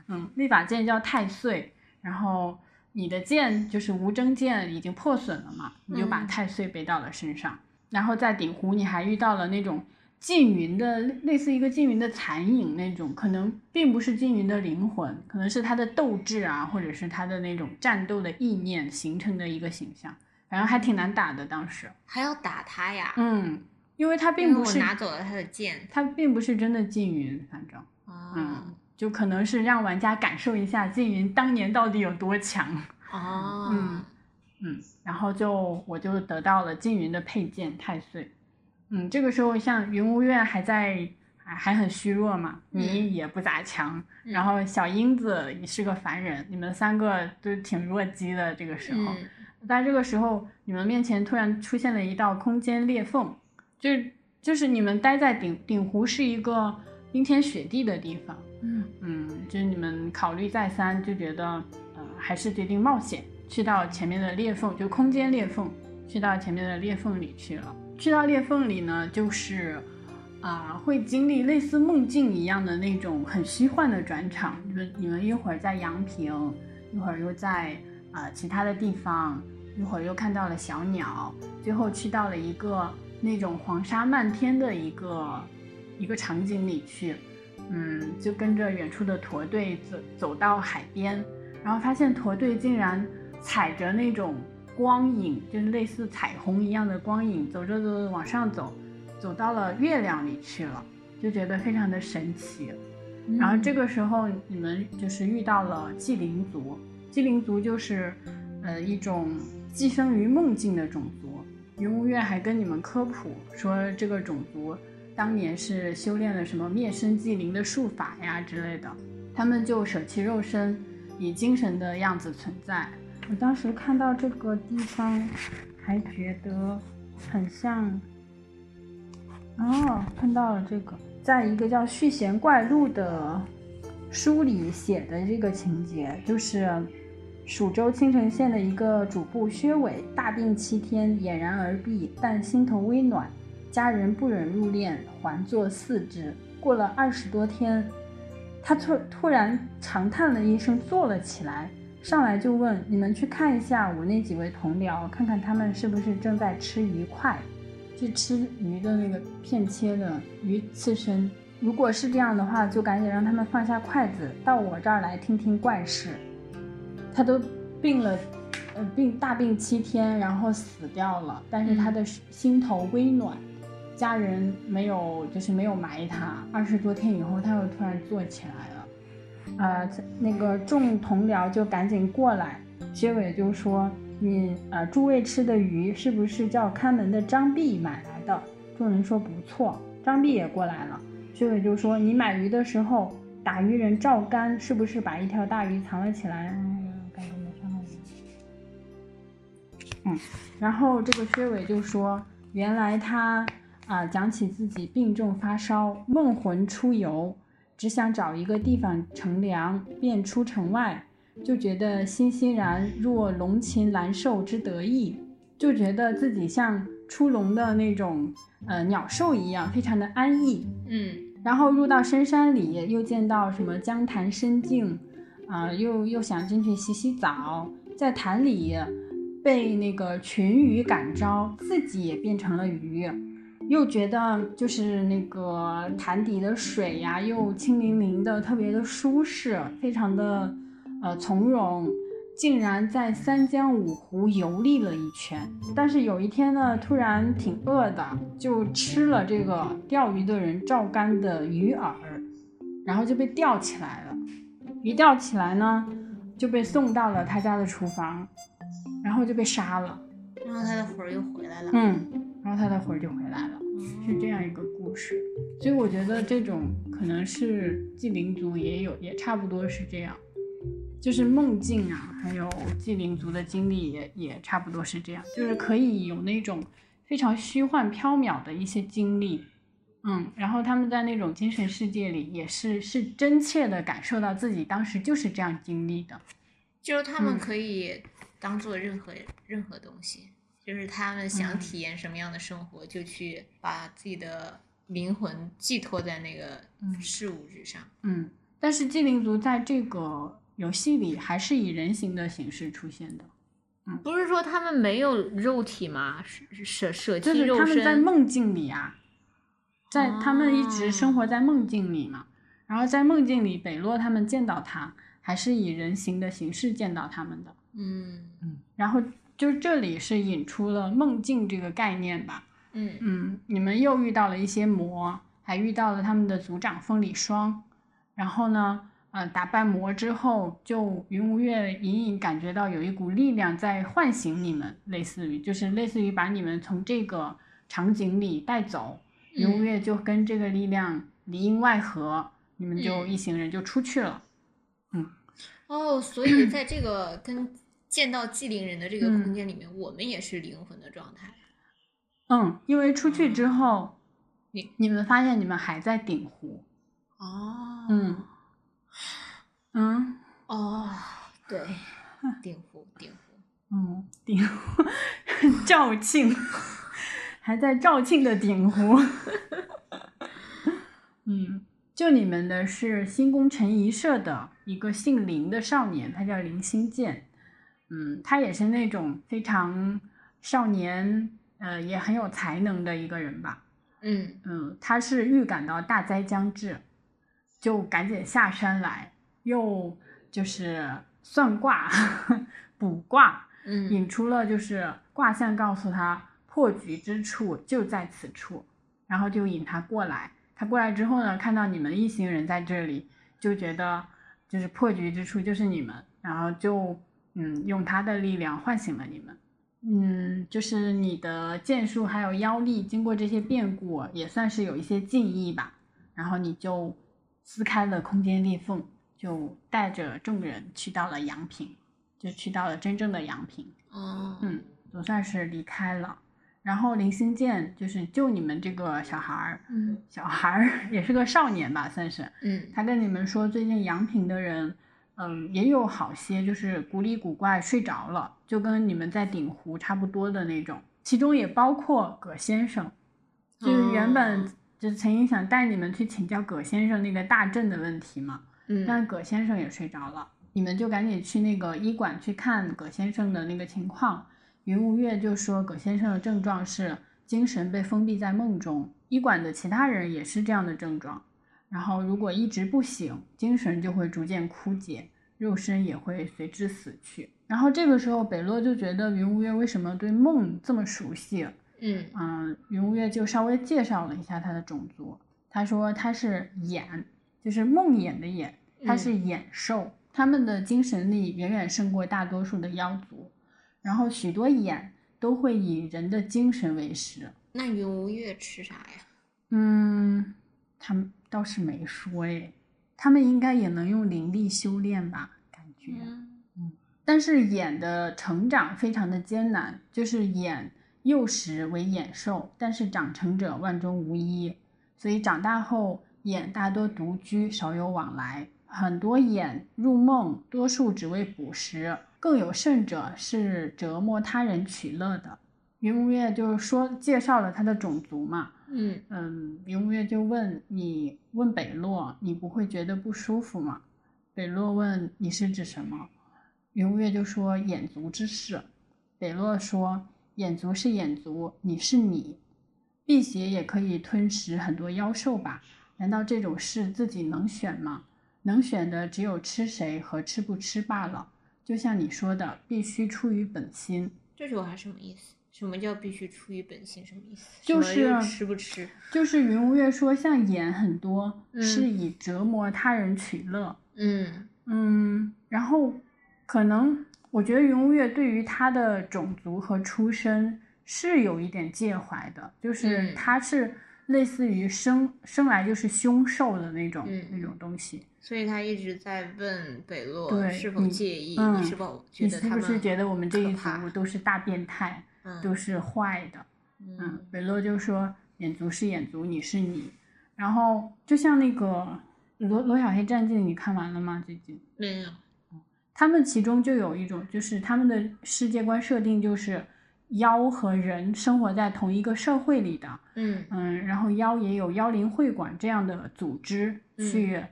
嗯，那把剑叫太岁，然后你的剑就是无争剑已经破损了嘛，你就把
嗯
太岁背到了身上。然后在鼎湖你还遇到了那种缙云的类似一个缙云的残影那种，可能并不是缙云的灵魂，可能是他的斗志啊，或者是他的那种战斗的意念形成的一个形象，反正还挺难打的当时。
还要打他呀，
嗯，因为他
因
并
为
不
我
是
拿走了他的剑。
他并不是真的缙云，反正。
哦、
就可能是让玩家感受一下缙云当年到底有多强。
哦，
嗯嗯，然后就我就得到了缙云的佩剑太岁。嗯，这个时候像云无月还在还还很虚弱嘛，
嗯
你也不咋强，
嗯
然后小英子也是个凡人，你们三个都挺弱鸡的这个时候。
嗯
在这个时候，你们面前突然出现了一道空间裂缝，就就是你们待在鼎鼎湖是一个冰天雪地的地方。
嗯
嗯，就是你们考虑再三，就觉得呃还是决定冒险，去到前面的裂缝，就空间裂缝，去到前面的裂缝里去了。去到裂缝里呢，就是啊、会经历类似梦境一样的那种很虚幻的转场。你们你们一会儿在阳平，一会儿又在啊、其他的地方，一会儿又看到了小鸟，最后去到了一个那种黄沙漫天的一个一个场景里去。嗯，就跟着远处的驼队走走到海边，然后发现驼队竟然踩着那种光影，就是类似彩虹一样的光影，走着走着往上走，走到了月亮里去了，就觉得非常的神奇。
嗯
然后这个时候你们就是遇到了纪灵族，纪灵族就是呃一种寄生于梦境的种族。云无月还跟你们科普说，这个种族当年是修炼了什么灭身纪灵的术法呀之类的，他们就舍弃肉身，以精神的样子存在。我当时看到这个地方，还觉得很像哦，看到了这个，在一个叫《续弦怪录》的书里写的这个情节，就是蜀州青城县的一个主簿薛伟大病七天，俨然而毙，但心头微暖，家人不忍入殓，还作四肢。过了二十多天，他突突然长叹了一声，坐了起来，上来就问：“你们去看一下我那几位同僚，看看他们是不是正在吃鱼块。”去吃鱼的那个片切的鱼刺身。如果是这样的话，就赶紧让他们放下筷子，到我这儿来听听怪事。他都病了，呃，病大病七天，然后死掉了，但是他的心头微暖，家人没有，就是没有埋他。二十多天以后，他又突然坐起来了。呃，那个众同僚就赶紧过来，结尾就说：“你呃，诸位吃的鱼是不是叫看门的张弼买来的？”众人说：“不错。”张弼也过来了，结尾就说：“你买鱼的时候，打鱼人赵干是不是把一条大鱼藏了起来？”嗯，感觉没看到鱼。然后这个薛伟就说，原来他啊、讲起自己病重发烧，梦魂出游，只想找一个地方乘凉，便出城外，就觉得欣欣然若龙禽兰兽之得意，就觉得自己像出笼的那种呃鸟兽一样，非常的安逸。
嗯
然后入到深山里，又见到什么江潭深静，啊、又又想进去洗洗澡，在潭里被那个群鱼感召，自己也变成了鱼，又觉得就是那个潭底的水呀、又清凌凌的，特别的舒适，非常的呃从容。竟然在三江五湖游历了一圈，但是有一天呢，突然挺饿的，就吃了这个钓鱼的人照干的鱼饵，然后就被吊起来了。一吊起来呢，就被送到了他家的厨房，然后就被杀了。
嗯然后他的魂儿又回来了。嗯
嗯，然后他的魂儿就回来了，是这样一个故事。所以我觉得这种可能是纪灵族也有，也差不多是这样，就是梦境啊，还有纪灵族的经历也也差不多是这样，就是可以有那种非常虚幻缥缈的一些经历。嗯，然后他们在那种精神世界里，也是是真切的感受到自己当时就是这样经历的。
就是他们
嗯
可以当做任何、任何东西，就是他们想
嗯
体验什么样的生活，就去把自己的灵魂寄托在那个
嗯
事物之上。
嗯，但是精灵族在这个游戏里还是以人形的形式出现的，
不是说他们没有肉体吗？舍舍舍
就
弃
是
肉
他
身，
们在梦境里啊，在他们一直生
哦
啊
活在梦境里嘛，然后在梦境里，北洛他们见到他，还是以人形的形式见到他们的。
嗯
然后就是这里是引出了梦境这个概念吧，
嗯
嗯，你们又遇到了一些魔，还遇到了他们的族长风里霜。然后呢，呃，打败魔之后，就云无月隐隐感觉到有一股力量在唤醒你们，类似于就是类似于把你们从这个场景里带走。云无
嗯
月就跟这个力量里应外合，你们就
嗯
一行人就出去了。
哦，所以在这个跟见到纪灵人的这个
嗯
空间里面，我们也是灵魂的状态。
嗯，因为出去之后，
哦你
你们发现你们还在鼎湖。
哦
嗯嗯。
哦， 对，鼎湖鼎湖，
嗯，鼎湖，肇庆， 还在肇庆的鼎湖。 嗯，救你们的是新宫陈仪社的一个姓林的少年，他叫林新建。嗯，他也是那种非常少年，呃，也很有才能的一个人吧。
嗯
嗯，他是预感到大灾将至，就赶紧下山来，又就是算卦、 卜卦，
嗯
引出了就是卦象告诉他破局之处就在此处，然后就引他过来。他过来之后呢，看到你们一行人在这里，就觉得就是破局之处就是你们，然后就嗯用他的力量唤醒了你们。嗯，就是你的剑术还有妖力，经过这些变故也算是有一些进益吧。然后你就撕开了空间裂缝，就带着众人去到了阳平，就去到了真正的阳平。
哦
嗯，总算是离开了。然后林心健就是救你们这个小孩儿，
嗯
小孩儿 也是个少年吧，算是。
嗯
他跟你们说，最近阳平的人，嗯，也有好些就是古里古怪睡着了，就跟你们在鼎湖差不多的那种。其中也包括葛先生，就是原本
哦
就是曾经想带你们去请教葛先生那个大阵的问题嘛，
嗯
但葛先生也睡着了，你们就赶紧去那个医馆去看葛先生的那个情况。云无月就说葛先生的症状是精神被封闭在梦中，医馆的其他人也是这样的症状。然后如果一直不醒，精神就会逐渐枯竭，肉身也会随之死去。然后这个时候，北洛就觉得云无月为什么对梦这么熟悉，
嗯
嗯，云无月就稍微介绍了一下他的种族。他说他是眼，就是梦魇的眼，他
嗯
是眼兽，他们的精神力远远胜过大多数的妖族。然后许多眼都会以人的精神为食。
那云无月吃啥呀？
嗯，他们倒是没说诶，他们应该也能用灵力修炼吧？感觉。
嗯
但是眼的成长非常的艰难，就是眼幼时为眼兽，但是长成者万中无一，所以长大后眼大多独居，少有往来。很多眼入梦，多数只为捕食，更有甚者是折磨他人取乐的。云无月就是说介绍了他的种族嘛，
嗯
嗯，云无月就问你问北洛，你不会觉得不舒服吗？北洛问你是指什么？云无月就说眼族之事。北洛说：“眼族是眼族，你是你，辟邪也可以吞食很多妖兽吧？难道这种事自己能选吗？能选的只有吃谁和吃不吃罢了。就像你说的，必须出于本心。
这句话什么意思？什么叫必须出于本心？什么意思？
就
什么
是
吃不吃？
就是云无月说，像眼很多
嗯
是以折磨他人取乐。
嗯
嗯，然后可能我觉得云无月对于他的种族和出身是有一点介怀的，就是
嗯
他是类似于生生来就是凶兽的那种
嗯
那种
嗯
东西。
所以他一直在问北洛
对
是否
你
介意，
嗯
是否觉
你
得
是
他
不
们
是觉得我们这
可
一
怕
族都是大变态，
嗯
都是坏的？嗯，北洛就说眼族是眼族，你是你。然后就像那个罗罗小黑战记，你看完了吗？最近？
没有
他们其中就有一种，就是他们的世界观设定就是妖和人生活在同一个社会里的，
嗯
嗯，然后妖也有妖灵会馆这样的组织
嗯
去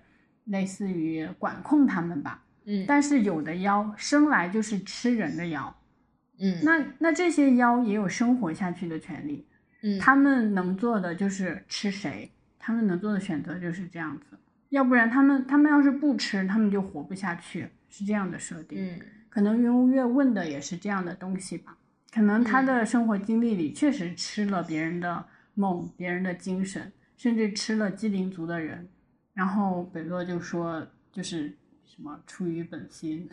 类似于管控他们吧。
嗯
但是有的妖生来就是吃人的妖，
嗯
那那这些妖也有生活下去的权利，
嗯
他们能做的就是吃谁，他们能做的选择就是这样子，要不然他们他们要是不吃，他们就活不下去，是这样的设定。
嗯
可能云无月问的也是这样的东西吧。可能他的生活经历里确实吃了别人的梦、别人的精神，甚至吃了机灵族的人。然后北洛就说，就是什么出于本心，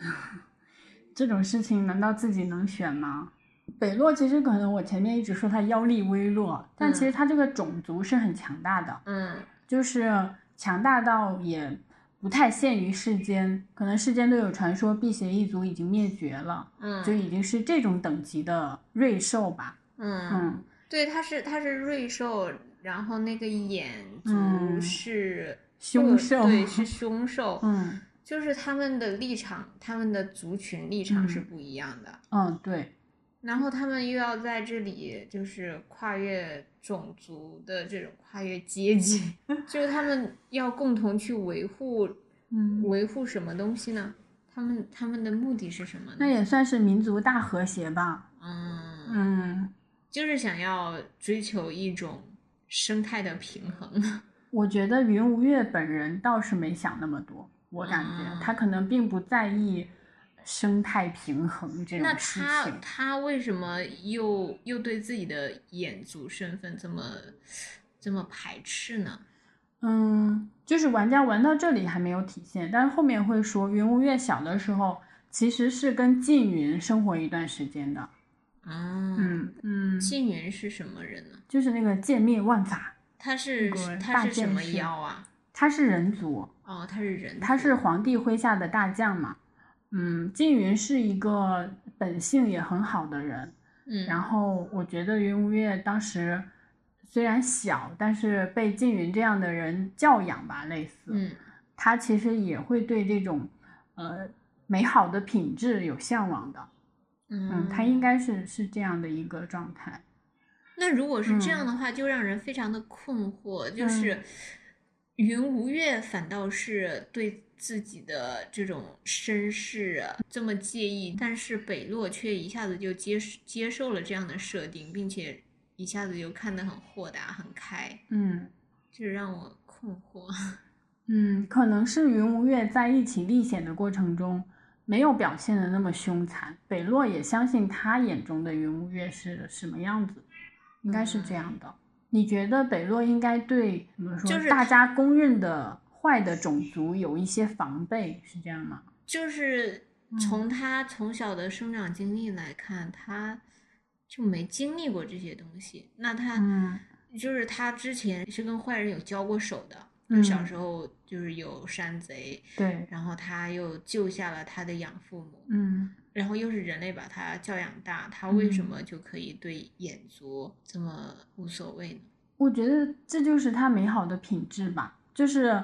这种事情难道自己能选吗？北洛其实可能我前面一直说他妖力微弱，但其实他这个种族是很强大的。
嗯
就是强大到也不太限于世间，可能世间都有传说辟邪一族已经灭绝了，
嗯
就已经是这种等级的瑞兽吧。
嗯
嗯，
对，它是它是瑞兽，然后那个眼族
嗯
是
凶
恶
兽
对，是凶兽，
嗯
就是他们的立场，他们的族群立场是
嗯
不一样的，
嗯，对，
然后他们又要在这里就是跨越种族的这种跨越阶级， 就是他们要共同去维护
嗯，
维护什么东西呢？他们他们的目的是什么
那
呢？
也算是民族大和谐吧。
嗯，
嗯，
就是想要追求一种生态的平衡。
我觉得云无月本人倒是没想那么多，我感觉
嗯
他可能并不在意生态平衡这
那
种事
他
情。
他为什么又又对自己的眼族身份这么这么排斥呢？
嗯，就是玩家玩到这里还没有体现，但是后面会说，云无月小的时候其实是跟缙云生活一段时间的。
啊，
嗯嗯，
缙云是什么人呢？
就是那个歼灭万法，
他是
那个
他
大
是什
剑
么
士
妖啊？
他是人族，
哦，他是人族，
他是皇帝麾下的大将嘛。嗯，缙云是一个本性也很好的人，
嗯，
然后我觉得云无月当时虽然小，但是被缙云这样的人教养吧，类似。
嗯
他其实也会对这种呃美好的品质有向往的。嗯，
嗯，
他应该是是这样的一个状态。
那如果是这样
嗯
的话，就让人非常的困惑，就是云无月反倒是对自己的这种身世啊这么介意，但是北洛却一下子就接接受了这样的设定，并且一下子就看得很豁达、很开，
嗯
这让我困惑。
嗯，可能是云无月在一起历险的过程中没有表现的那么凶残，北洛也相信他眼中的云无月是什么样子，应该是这样的。你觉得北洛应该对怎么说？
就是
大
他
家公认的坏的种族有一些防备，是这样吗？
就是
嗯
从他从小的生长经历来看，他就没经历过这些东西。那他
嗯
就是他之前是跟坏人有交过手的，
嗯
就小时候就是有山贼，
对，
然后他又救下了他的养父母，
嗯
然后又是人类把他教养大，他为什
嗯
么就可以对眼族这么无所谓呢？
我觉得这就是他美好的品质吧，就是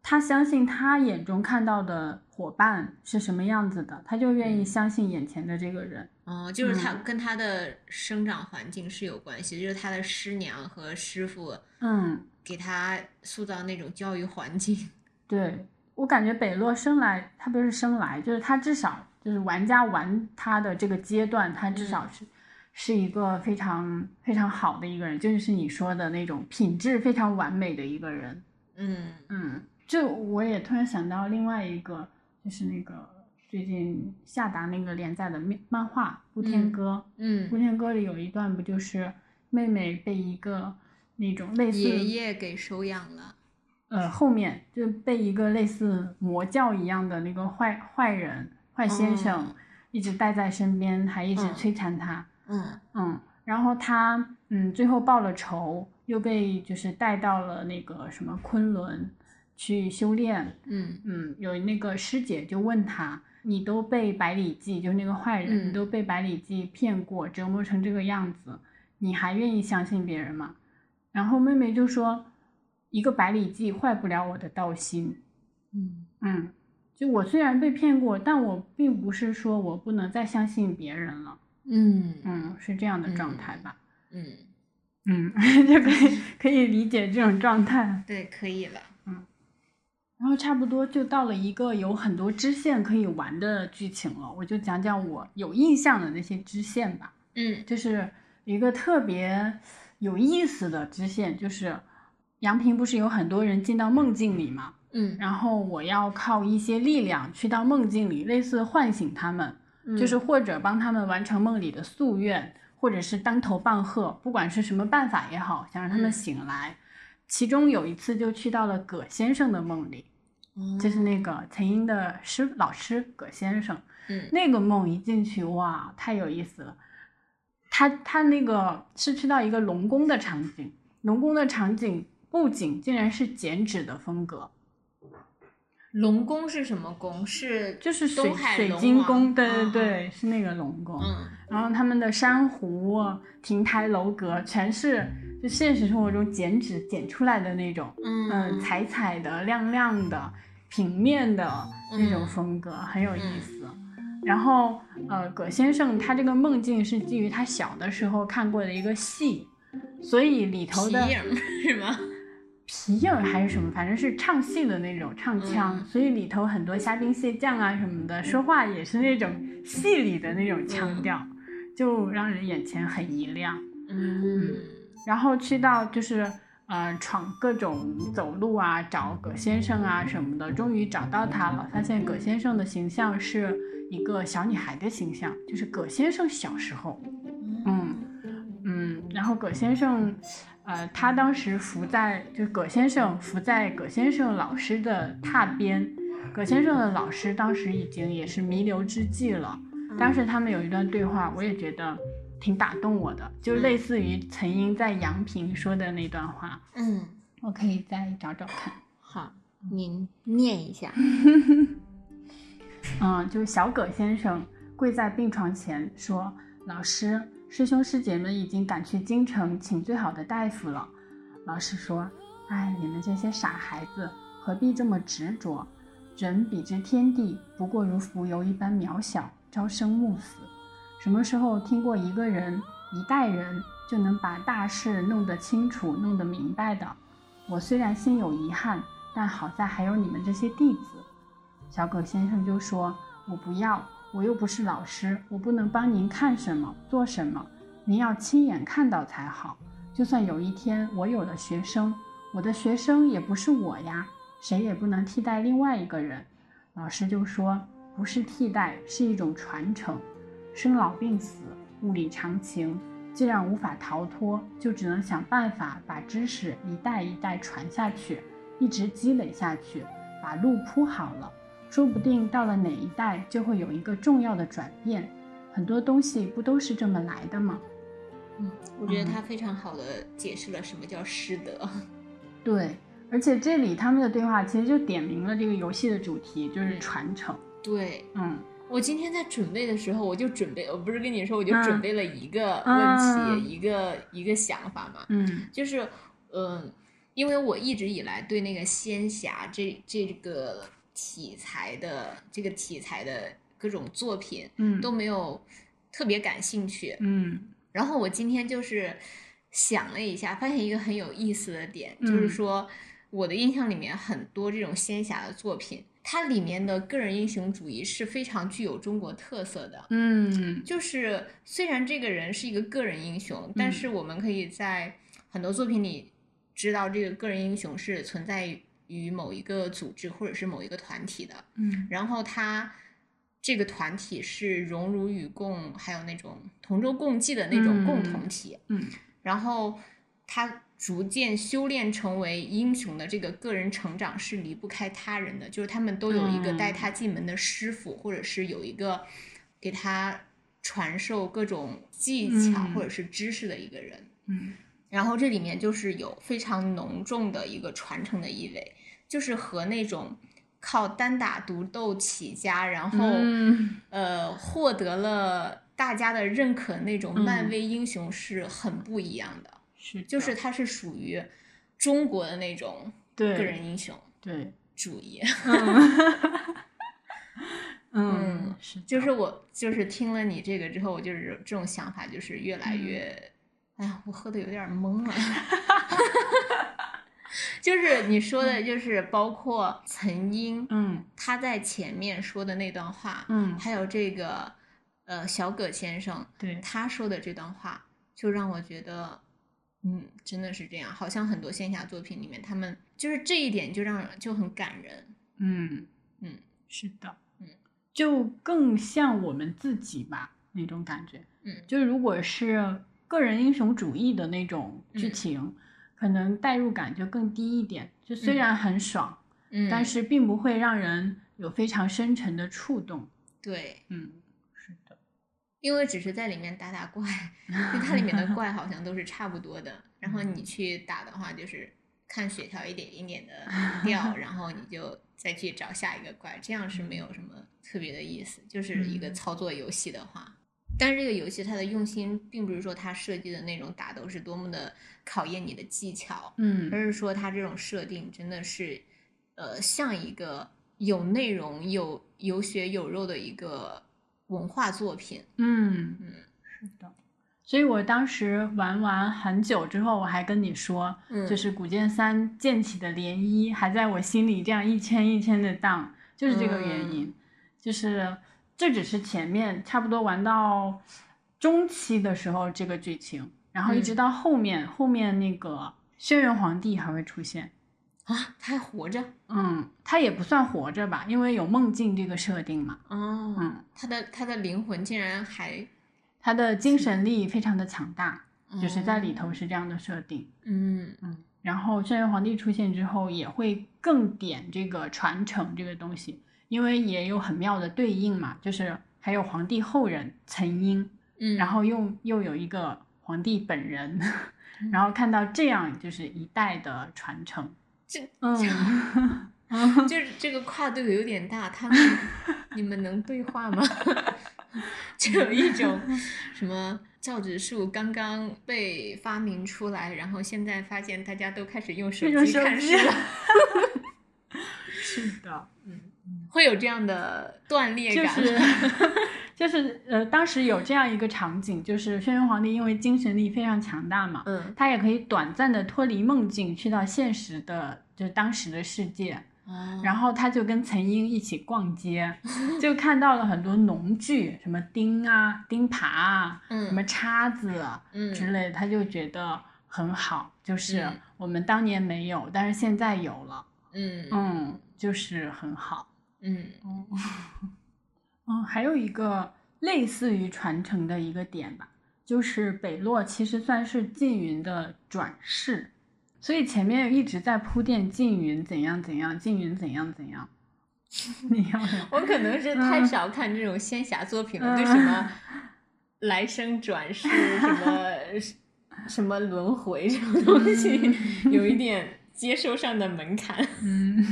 他相信他眼中看到的伙伴是什么样子的，他就愿意
嗯
相信眼前的这个人。
哦、就是他
嗯
跟他的生长环境是有关系，就是他的师娘和师傅
嗯，
给他塑造那种教育环境。
对我感觉北洛生来，他不是生来，就是他至少就是玩家玩他的这个阶段，他至少是、是一个非常非常好的一个人，就是你说的那种品质非常完美的一个人。
嗯
嗯，这我也突然想到另外一个，就是那个最近夏达那个连载的漫漫画《布天
嗯
歌》
嗯
布，天歌》里有一段不就是妹妹被一个那种类似
爷爷给收养了。
呃，后面就被一个类似魔教一样的那个坏坏人、坏先生、
嗯
一直带在身边，还一直
嗯
摧残他。
嗯
嗯，然后他嗯最后报了仇，又被就是带到了那个什么昆仑去修炼。
嗯
嗯，有那个师姐就问他：“你都被百里记，就是那个坏人，
嗯
你都被百里记骗过，折磨成这个样子，你还愿意相信别人吗？”然后妹妹就说：“一个百里记坏不了我的道心。
嗯
嗯，就我虽然被骗过，但我并不是说我不能再相信别人了。
嗯
嗯，是这样的状态吧？
嗯，
嗯， 就可以可以理解这种状态。
对，可以了。
然后差不多就到了一个有很多支线可以玩的剧情了，我就讲讲我有印象的那些支线吧。
嗯
就是一个特别有意思的支线，就是杨平不是有很多人进到梦境里嘛，
嗯，
然后我要靠一些力量去到梦境里，类似唤醒他们，嗯
嗯
就是或者帮他们完成梦里的夙愿，或者是当头棒喝，不管是什么办法也好，想让他们
嗯
醒来。其中有一次就去到了葛先生的梦里。
嗯
就是那个岑英的师老师葛先生，
嗯
那个梦一进去，哇，太有意思了。他他那个是去到一个龙宫的场景，龙宫的场景布景竟然是剪纸的风格，
龙宫是什么宫？是
就是水
东海
水
龙
晶
王
宫，对对
嗯
对，是那个龙宫。
嗯
然后他们的珊瑚、亭台楼阁，全是就现实生活中剪纸剪出来的那种，嗯，
嗯
彩彩的、亮亮的、平面的那
嗯
种风格，很有意思。然后，呃，葛先生他这个梦境是基于他小的时候看过的一个戏，所以里头
皮
嗯的
嗯影儿是吗？
皮影儿还是什么，反正是唱戏的那种唱腔，
嗯
所以里头很多虾兵蟹将啊什么的，说话也是那种戏里的那种腔调，就让人眼前很一亮。
嗯
然后去到就是呃闯各种走路啊，找葛先生啊什么的，终于找到他了，发现葛先生的形象是一个小女孩的形象，就是葛先生小时候，嗯嗯，然后葛先生，呃，他当时伏在就是葛先生伏在葛先生老师的榻边，葛先生的老师当时已经也是弥留之际了。当时他们有一段对话，我也觉得挺打动我的，就类似于陈英在杨平说的那段话，
嗯，
我可以再找找看。
好，您念一下。
嗯，就是小葛先生跪在病床前说：“老师，师兄师姐们已经赶去京城请最好的大夫了。”老师说：“哎，你们这些傻孩子，何必这么执着？人比之天地，不过如蜉蝣一般渺小，朝生暮死。什么时候听过一个人、一代人就能把大事弄得清楚、弄得明白的？我虽然心有遗憾，但好在还有你们这些弟子。”小葛先生就说：“我不要，我又不是老师，我不能帮您看什么、做什么，您要亲眼看到才好。就算有一天我有了学生，我的学生也不是我呀，谁也不能替代另外一个人。”老师就说：“不是替代，是一种传承。生老病死，物理常情。既然无法逃脱，就只能想办法把知识一代一代传下去，一直积累下去，把路铺好了。”说不定到了哪一代就会有一个重要的转变。很多东西不都是这么来的吗？
嗯，我觉得他非常好的解释了什么叫师德。
对，而且这里他们的对话其实就点明了这个游戏的主题，就是
嗯
传承。
对
嗯
我今天在准备的时候，我就准备，我不是跟你说，我就
嗯
准备了一个问题，
嗯
一个一个想法嘛，
嗯
就是嗯，因为我一直以来对那个仙侠这这个题材的这个题材的各种作品
嗯
都没有特别感兴趣，
嗯
然后我今天就是想了一下，发现一个很有意思的点，就
嗯
是说我的印象里面很多这种仙侠的作品，它里面的个人英雄主义是非常具有中国特色的。
嗯
就是虽然这个人是一个个人英雄，但是我们可以在很多作品里知道，这个个人英雄是存在于某一个组织或者是某一个团体的。
嗯
然后他这个团体是荣辱与共，还有那种同舟共济的那种共同体。
嗯
然后他逐渐修炼成为英雄的这个个人成长是离不开他人的，就是他们都有一个
嗯
带他进门的师傅，或者是有一个给他传授各种技巧
嗯
或者是知识的一个人。
嗯
然后这里面就是有非常浓重的一个传承的意味，就是和那种靠单打独斗起家，然后、
嗯
呃获得了大家的认可那种
嗯
漫威英雄是很不一样的，
是
就是
的
它是属于中国的那种
对
个人英雄
对
主义。
嗯是的
就是我就是听了你这个之后，我就是这种想法就是越来
嗯
越，哎呀，我喝的有点 懵了。就是你说的，就是包括岑英，
嗯
他在前面说的那段话，
嗯
还有这个呃小葛先生
对
他说的这段话，就让我觉得，嗯，真的是这样。好像很多仙侠作品里面，他们就是这一点就让人就很感人。
嗯
嗯
是的
嗯
就更像我们自己吧那种感觉。
嗯
就是如果是个人英雄主义的那种剧
嗯
情，可能代入感就更低一点。就虽
嗯
然很爽，
嗯，
但是并不会让人有非常深沉的触动。
对，
嗯，是的，
因为只是在里面打打怪，就它里面的怪好像都是差不多的。然后你去打的话，就是看血条一点一点的掉，然后你就再去找下一个怪，这样是没有什么特别的意思。就是一个
嗯
操作游戏的话，但是这个游戏它的用心，并不是说它设计的那种打斗是多么的考验你的技巧，而
嗯
是说它这种设定真的是，呃，像一个有内容、有有血有肉的一个文化作品。
嗯
嗯
是的。所以我当时玩完很久之后，我还跟你说，
嗯
就是《古剑三》溅起的涟漪还在我心里这样一圈一圈的荡，就是这个原
嗯
因。就是这只是前面差不多玩到中期的时候这个剧情，然后一直
嗯
到后面、后面那个轩辕皇帝还会出现。
啊，他还活着
嗯，他也不算活着吧，因为有梦境这个设定嘛。
哦
嗯，
他的他的灵魂竟然还
他的精神力非常的强大，就是在里头
哦
是这样的设定。
嗯
然后轩辕皇帝出现之后，也会更点这个传承这个东西，因为也有很妙的对应嘛，就是还有皇帝后人岑英，
嗯，
然后又又有一个皇帝本人，
嗯
然后看到这样就是一代的传承，
这
嗯，
就是这个跨度有点大，他们你们能对话吗？ 就有一 种什么造纸术刚刚被发明出来，然后现在发现大家都开 始用手
用
机
手
看
机
书了，
是的，
会有这样的断裂
就
感。
是 就是呃，当时有这样一个场景，就是轩辕皇帝因为精神力非常强大嘛，
嗯
他也可以短暂的脱离梦境，去到现实的，就是当时的世界。然
后
后他就跟岑英一起逛 街，就看到了很多农具，什么钉啊、钉耙啊、什么
嗯
叉子啊
嗯
之类的，他就觉得很好，就是
嗯
我们当年没有，但是现在有了，
嗯
嗯，就是很好。
嗯
哦，嗯，还有一个类似于传承的一个点吧，就是北洛其实算是缙云的转世，所以前面一直在铺垫缙云怎样怎样，缙云怎样怎样。 你要聊
我可能是太
嗯
少看这种仙侠作品了，
嗯
对什么来生转世、 什么什么轮回这种东西，有一点接受上的门 槛。
嗯，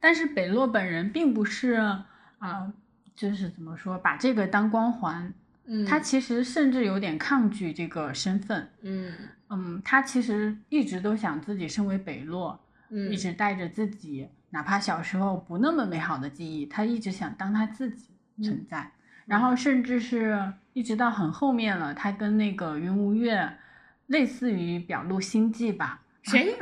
但是北洛本人并不是啊、呃就是怎么说，把这个当光环，
嗯
他其实甚至有点抗拒这个身份。
嗯
嗯，他其实一直都想自己身为北洛，
嗯
一直带着自己，哪怕小时候不那么美好的记忆，他一直想当他自己
嗯
存在。然后甚至是一直到很后面了，他跟那个云无月，类似于表露心迹吧，
谁？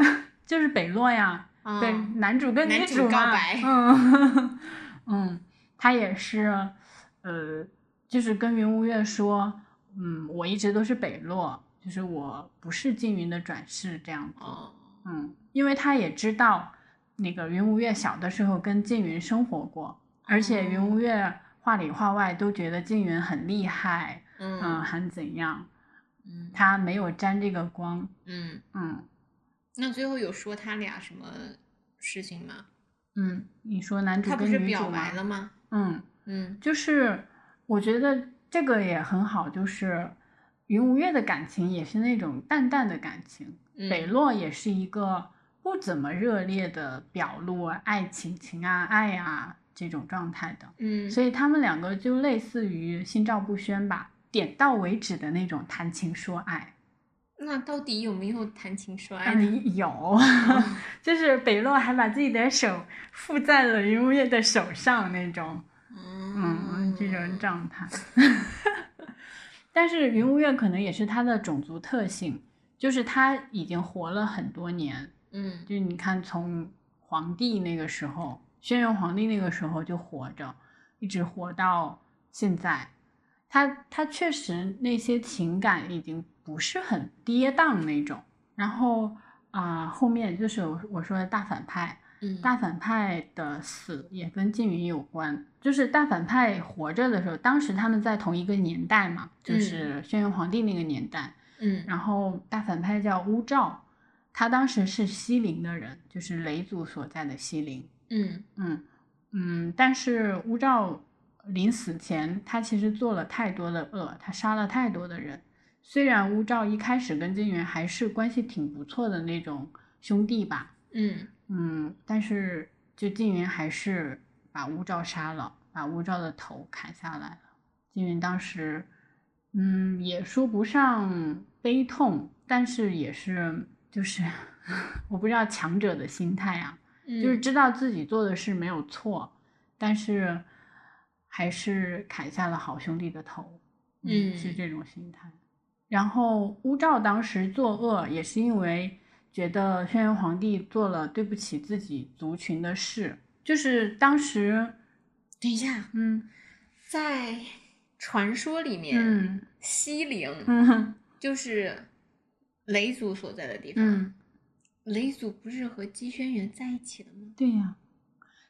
就是北洛呀，
嗯
嗯对，男主跟
男
女
主
主
告
嘛
白
嗯 嗯，他也是，呃，就是跟云无月说，嗯，我一直都是北落，就是我不是缙云的转世这样子。
哦，
嗯，因为他也知道那个云无月小的时候跟缙云生活过，而且云
哦
无月话里话外都觉得缙云很厉害，嗯，
嗯
很怎样，
嗯
他没有沾这个光。
嗯，
嗯
那最后有说他俩什么事情吗？
嗯，你说男主
他不
跟
是
女
表
主
白
吗？
了吗？
嗯。
嗯
就是我觉得这个也很好，就是云无月的感情也是那种淡淡的感情，
嗯
北洛也是一个不怎么热烈的表露爱情、情啊、爱啊这种状态的，
嗯，
所以他们两个就类似于心照不宣吧，点到为止的那种谈情说爱。
那到底有没有谈情说爱呢？
嗯，有， 就是北洛还把自己的手附在了云无月的手上那种。嗯，这种状态。 但是云无月可能也是他的种族特性，就是他已经活了很多年，
嗯
就是你看从皇帝那个时候，轩辕皇帝那个时候就活着，一直活到现在。他他确实那些情感已经不是很跌宕那种，然后啊、后面就是我我说的大反派，
嗯，
大反派的死也跟缙云有关，就是大反派活着的时候，当时他们在同一个年代嘛，就是轩辕皇帝那个年代。
嗯
然后大反派叫乌兆，他当时是西陵的人，就是雷族所在的西陵。
嗯
嗯嗯，但是乌兆临死前，他其实做了太多的恶，他杀了太多的人。虽然乌兆一开始跟缙云还是关系挺不错的那种兄弟吧，
嗯
嗯，但是就缙云还是把乌兆杀了，把乌兆的头砍下来了。缙云当时，嗯，也说不上悲痛，但是也是就是 我不知道强者的心态啊，
嗯，
就是知道自己做的事没有错，但是还是砍下了好兄弟的头，是
嗯
这种心态。然后乌兆当时作恶也是因为觉得轩辕皇帝做了对不起自己族群的事，就是当时，
等一下，
嗯
在传说里面，
嗯
西陵
嗯
就是雷族所在的地方。
嗯，
雷祖不是和姬轩辕在一起了吗？
对呀、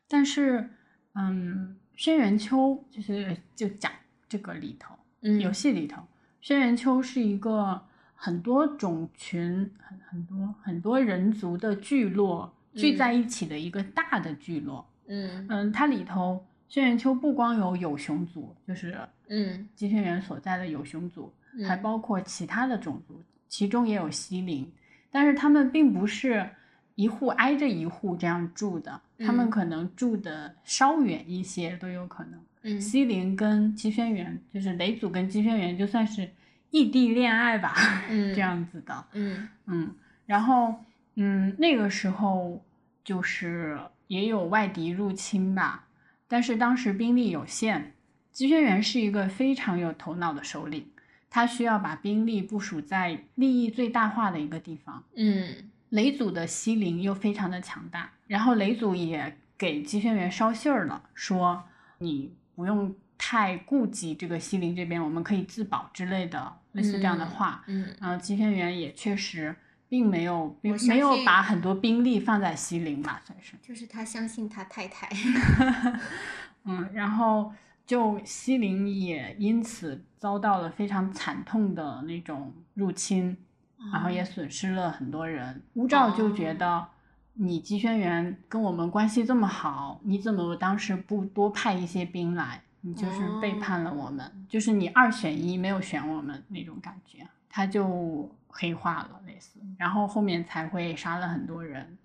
但是，嗯，轩辕丘就是呃就讲这个里头，
嗯
游戏里头，轩辕丘是一个很多种群、很很多很多人族的聚落聚
嗯
在一起的一个大的聚落。
嗯
嗯，它里头轩辕丘不光有有熊族，就是
嗯
姬轩辕所在的有熊族，还
嗯
包括其他的种族，其中也有西陵，但是他们并不是一户挨着一户这样住的，他们
嗯
可能住的稍远一些都有可能。
嗯
西陵跟姬轩辕，就是雷祖跟姬轩辕，就算是异地恋爱吧，
嗯
这样子的。
嗯
嗯，然后嗯，那个时候就是也有外敌入侵吧，但是当时兵力有限，姬轩辕是一个非常有头脑的首领，他需要把兵力部署在利益最大化的一个地方。
嗯
雷祖的西陵又非常的强大，然后雷祖也给姬轩辕捎信儿了，说你不用太顾及这个西陵这边，我们可以自保之类的，类似这样的
嗯
话。
嗯
然后姬轩辕也确实并没有并
我相
没有
信
把很多兵力放在西陵吧，算是。
就是他相信他太太。
嗯，然后就西陵也因此遭到了非常惨痛的那种入侵， 然后也
嗯
损失了很多人。乌兆就觉
哦
得。你姬轩辕跟我们关系这么好，你怎么当时不多派一些兵来？你就是背叛了我们，就是你二选一没有选我们那种感觉，他就黑化了类似，然后后面才会杀了很多人，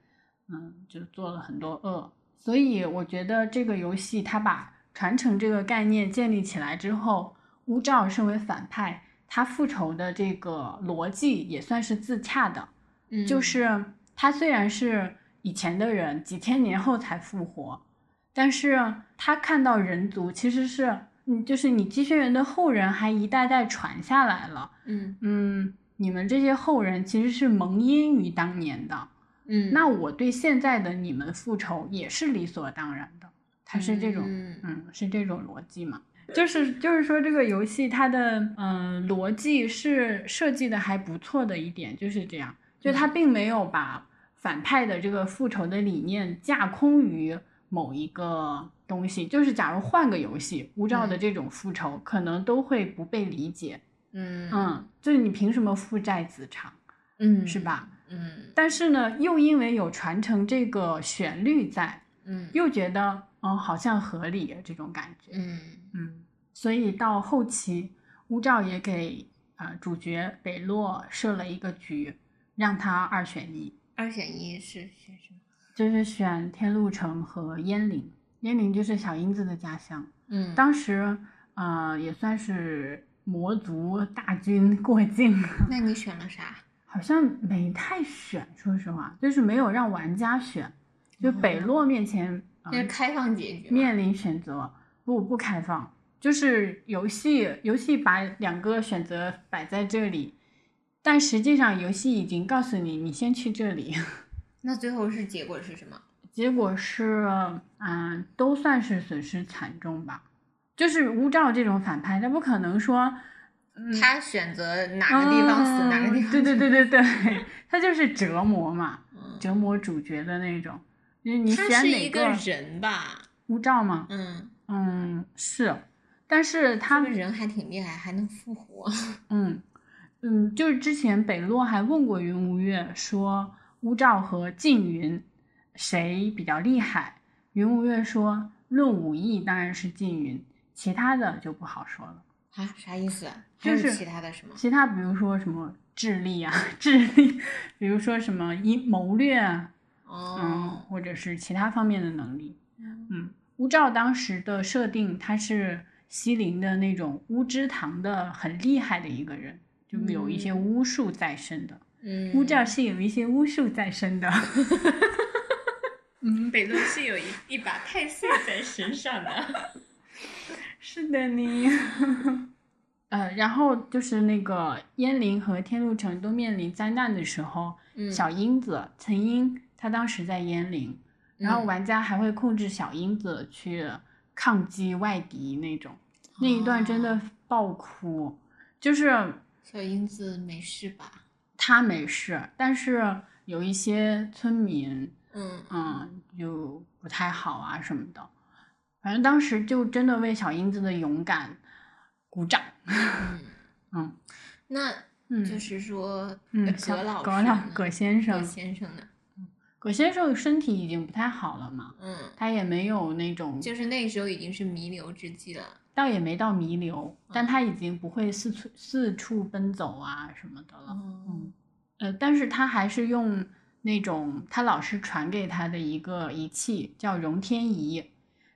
嗯，就做了很多恶。所以我觉得这个游戏它把传承这个概念建立起来之后，乌兆身为反派，他复仇的这个逻辑也算是自洽的。
嗯
就是他虽然是以前的人，几千年后才复活，但是他看到人族其实是，嗯，就是你姬轩辕的后人还一代代传下来了，
嗯
嗯，你们这些后人其实是蒙阴于当年的，
嗯，
那我对现在的你们复仇也是理所当然的，它是这种，
嗯
嗯，是这种逻辑嘛？就是就是说，这个游戏它的嗯、呃逻辑是设计的还不错的一点，就是这样，就
嗯
它并没有把反派的这个复仇的理念架空于某一个东西。就是假如换个游戏，无照的
嗯
这种复仇可能都会不被理解。
嗯
嗯，就是你凭什么父债子偿，
嗯
是？吧？
嗯
但是呢，又因为有传承这个旋律在，
嗯
又觉得嗯好像合理这种感觉。
嗯
嗯，所以到后期，乌照也给啊、呃主角北洛设了一个局，让他二选一，
二选一是选什么？
就是选天路城和燕陵。燕陵就是小英子的家乡，
嗯，
当时呃也算是魔族大军 过境，
那你选了啥？
好像没太选，说实话，就是没有让玩家选，就北洛面前、呃
就是开放结局嘛。
面临选择，不不开放，就是游戏游戏把两个选择摆在这里，但实际上游戏已经告诉你，你先去这里。
那最后是结果是什么？
结果是，嗯、都算是损失惨重吧。就是乌照这种反派，他不可能说
他选择哪个地方死，哪个地
嗯
方
对
死
对对对 对，他就是折磨嘛，
嗯
折磨主角的那种。就是你选
他是
哪
一个人吧？
乌照吗？
嗯，
嗯，是，但是他
这个人还挺厉害，还能复活。
嗯，嗯，就是之前北洛还问过云无月说乌照和缙云谁比较厉害，云无月说论武艺当然是缙云，其他的就不好说了。
啊，啥意思啊？还
就
有
是
其他的什么？
其他比如说什么智力啊， 智力，比如说什么阴谋略啊，嗯，
哦，
或者是其他方面的能力。
嗯
嗯，乌照当时的设定，他是西陵的那种乌之堂的很厉害的一个人，就有一些
嗯
巫术在身的。
嗯
乌照是有一些巫术在身的。
嗯，北洛是有一一把太岁在身上的。
是的呢。 呃，然后就是那个燕陵和天路城都面临灾难的时候，
嗯
小英子岑英，她当时在燕陵，然后
嗯
玩家还会控制小英子去抗击外敌那种，
啊
那一段真的爆哭，就是
小英子没事吧？
她没事，但是有一些村民，
嗯
嗯，就不太好啊什么的，反正当时就真的为小英子的勇敢鼓掌，
嗯
嗯
那
嗯，
就是说，
嗯，
葛老
葛
师
老
呢
葛先
葛
生，
先生呢？
葛先生身体已经不太好了嘛，
嗯，
他也没有那种
就是那时候已经是弥留之际了。
倒也没到弥留，
嗯
但他已经不会四处四处奔走啊什么的了。
嗯
呃，但是他还是用那种他老师传给他的一个仪器叫容天仪，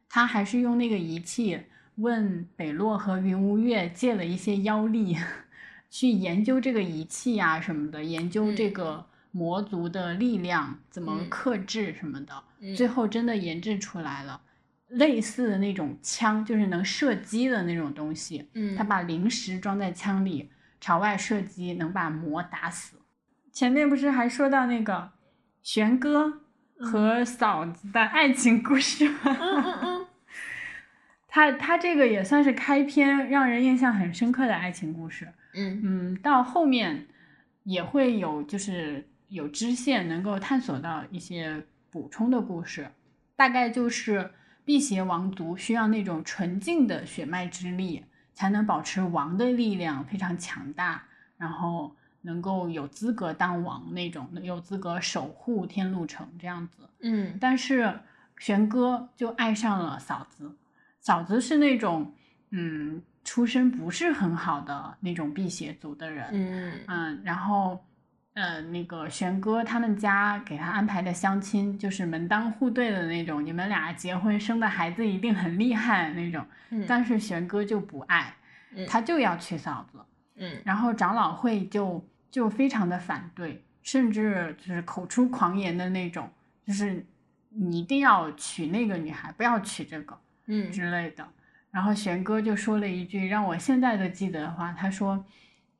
他还是用那个仪器问北洛和云无月借了一些妖力， 去研究这个仪器啊什么的，研究这
嗯
个魔族的力量怎么
嗯
克制什么的。
嗯，
最后真的研制出来了，类似的那种枪，就是能射击的那种东西。
嗯
他把零食装在枪里，朝外射击，能把魔打死。前面不是还说到那个玄哥和嫂子的爱情故事吗？
嗯嗯嗯，
他他这个也算是开篇让人印象很深刻的爱情故事。
嗯
嗯，到后面也会有，就是有支线能够探索到一些补充的故事，大概就是辟邪王族需要那种纯净的血脉之力，才能保持王的力量非常强大，然后能够有资格当王那种，有资格守护天路城这样子。
嗯
但是玄哥就爱上了嫂子，嫂子是那种嗯出身不是很好的那种辟邪族的人，
嗯
嗯然后呃那个玄哥他们家给他安排的相亲就是门当户对的那种，你们俩结婚生的孩子一定很厉害那种，
嗯，
但是玄哥就不爱，
嗯
他就要娶嫂子，
嗯
然后长老会就就非常的反对，甚至就是口出狂言的那种，就是你一定要娶那个女孩，不要娶这个
嗯
之类的。然后玄哥就说了一句让我现在都记得的话，他说：“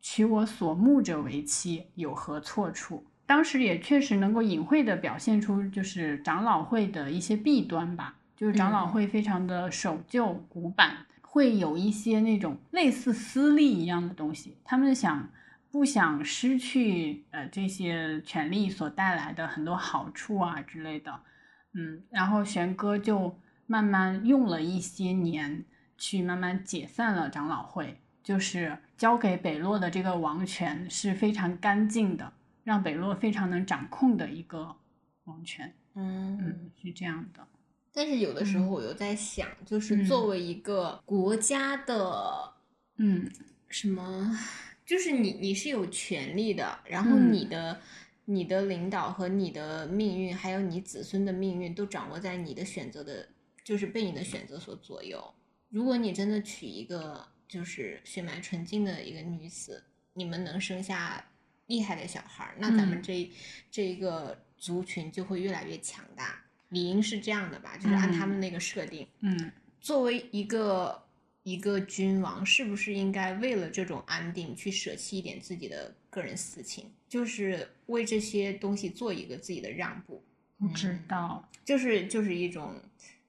娶我所慕者为妻，有何错处？”当时也确实能够隐晦的表现出就是长老会的一些弊端吧，就是长老会非常的守旧古板，会有一些那种类似私利一样的东西，他们想不想失去呃这些权利所带来的很多好处啊之类的，嗯，然后玄哥就慢慢用了一些年去慢慢解散了长老会，就是交给北洛的这个王权是非常干净的。让北洛非常能掌控的一个王权，
嗯
嗯，是这样的，
但是有的时候我又在想，就是
嗯
作为一个国家的
嗯
什么，就是你你是有权利的，然后
嗯
你的、你的领导和你的命运，还有你子孙的命运，都掌握在你的选择的，就是被你的选择所左右。如果你真的娶一个就是血脉纯净的一个女子，你们能生下厉害的小孩儿，那咱们
嗯
这、这一个族群就会越来越强大。理应是这样的吧，就是按他们那个设定。
嗯
作为一个一个君王，是不是应该为了这种安定去舍弃一点自己的个人私情，就是为这些东西做一个自己的让步？嗯
不知道，
就是就是一种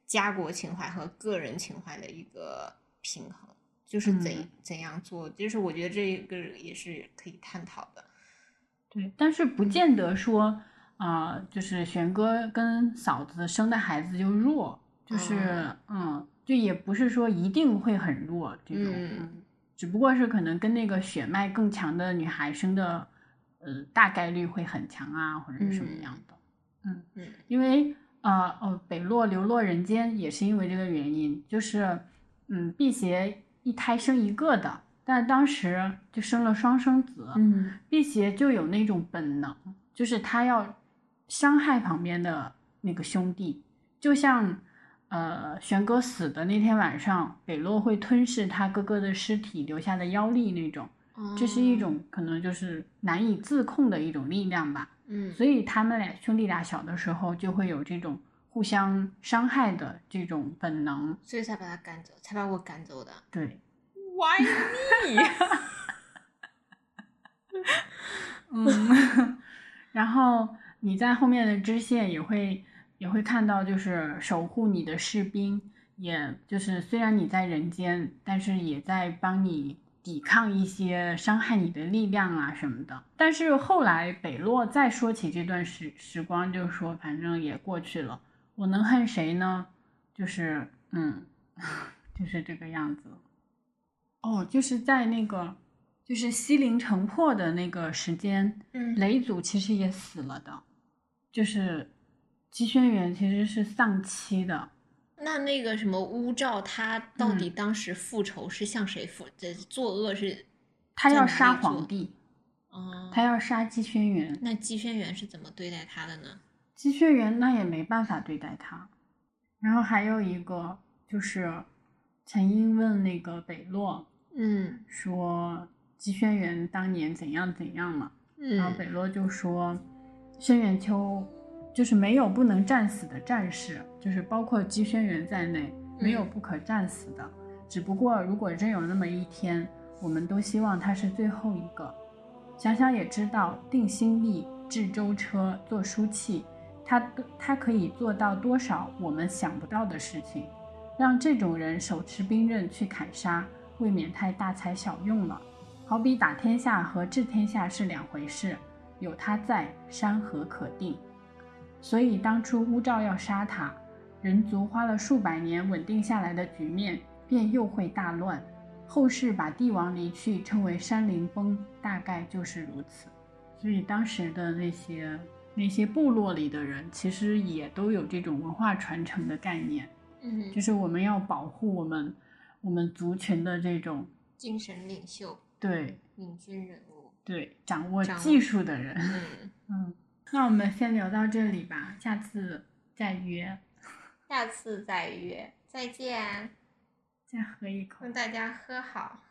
家国情怀和个人情怀的一个平衡，就是怎、
嗯
怎样做，就是我觉得这个也是可以探讨的。
对，但是不见得说啊、呃就是玄哥跟嫂子生的孩子就弱，
哦
就是嗯，就也不是说一定会很弱这种，
嗯
只不过是可能跟那个血脉更强的女孩生的，呃，大概率会很强啊，或者是什么
嗯
样的。
嗯
因为呃哦，北落流落人间也是因为这个原因，就是嗯，辟邪一胎生一个的，但当时就生了双生子，
嗯
辟邪就有那种本能，就是他要伤害旁边的那个兄弟，就像呃玄哥死的那天晚上，北落会吞噬他哥哥的尸体留下的妖力那种，这是一种可能就是难以自控的一种力量吧。
嗯，
所以他们俩兄弟俩小的时候就会有这种互相伤害的这种本能。
所以才把他赶走，才把我赶走的。
对，
Why me？
嗯， 然后你在后面的支线也会也会看到，就是守护你的士兵，也就是虽然你在人间，但是也在帮你抵抗一些伤害你的力量啊什么的。但是后来北洛再说起这段时时光，就说反正也过去了，我能恨谁呢？就是嗯， 就是这个样子。哦，就是在那个就是西陵城破的那个时间，
嗯
雷祖其实也死了的，就是姬轩辕其实是丧妻的，
那那个什么乌兆，他到底
嗯
当时复仇是向谁复？这、作恶是？
他要
在哪里
杀
做
皇帝，
哦、
他要杀姬轩辕，
那姬轩辕是怎么对待他的呢？
姬轩辕那也没办法对待他。然后还有一个就是陈英问那个北洛
嗯
说姬轩辕当年怎样怎样嘛，然后
嗯
北洛就说，轩辕丘就是没有不能战死的战士，就是包括姬轩辕在内，没有
嗯
不可战死的。只不过如果真有那么一天，我们都希望他是最后一个。想想也知道，定心力、制舟车、做书器，他都他可以做到多少我们想不到的事情。让这种人手持兵刃去砍杀，未免太大材小用了。好比打天下和治天下是两回事，有他在，山河可定。所以当初乌兆要杀他，人族花了数百年稳定下来的局面，便又会大乱。后世把帝王离去称为山林崩，大概就是如此。所以当时的那些那些部落里的人，其实也都有这种文化传承的概念，
嗯，
就是我们要保护我们我们族群的这种
精神领袖、
对
领军人物。
对掌握
掌握
技术的人。
嗯，
嗯，那我们先聊到这里吧，下次再约，
下次再约，再见，
再喝一口
祝。大家喝好。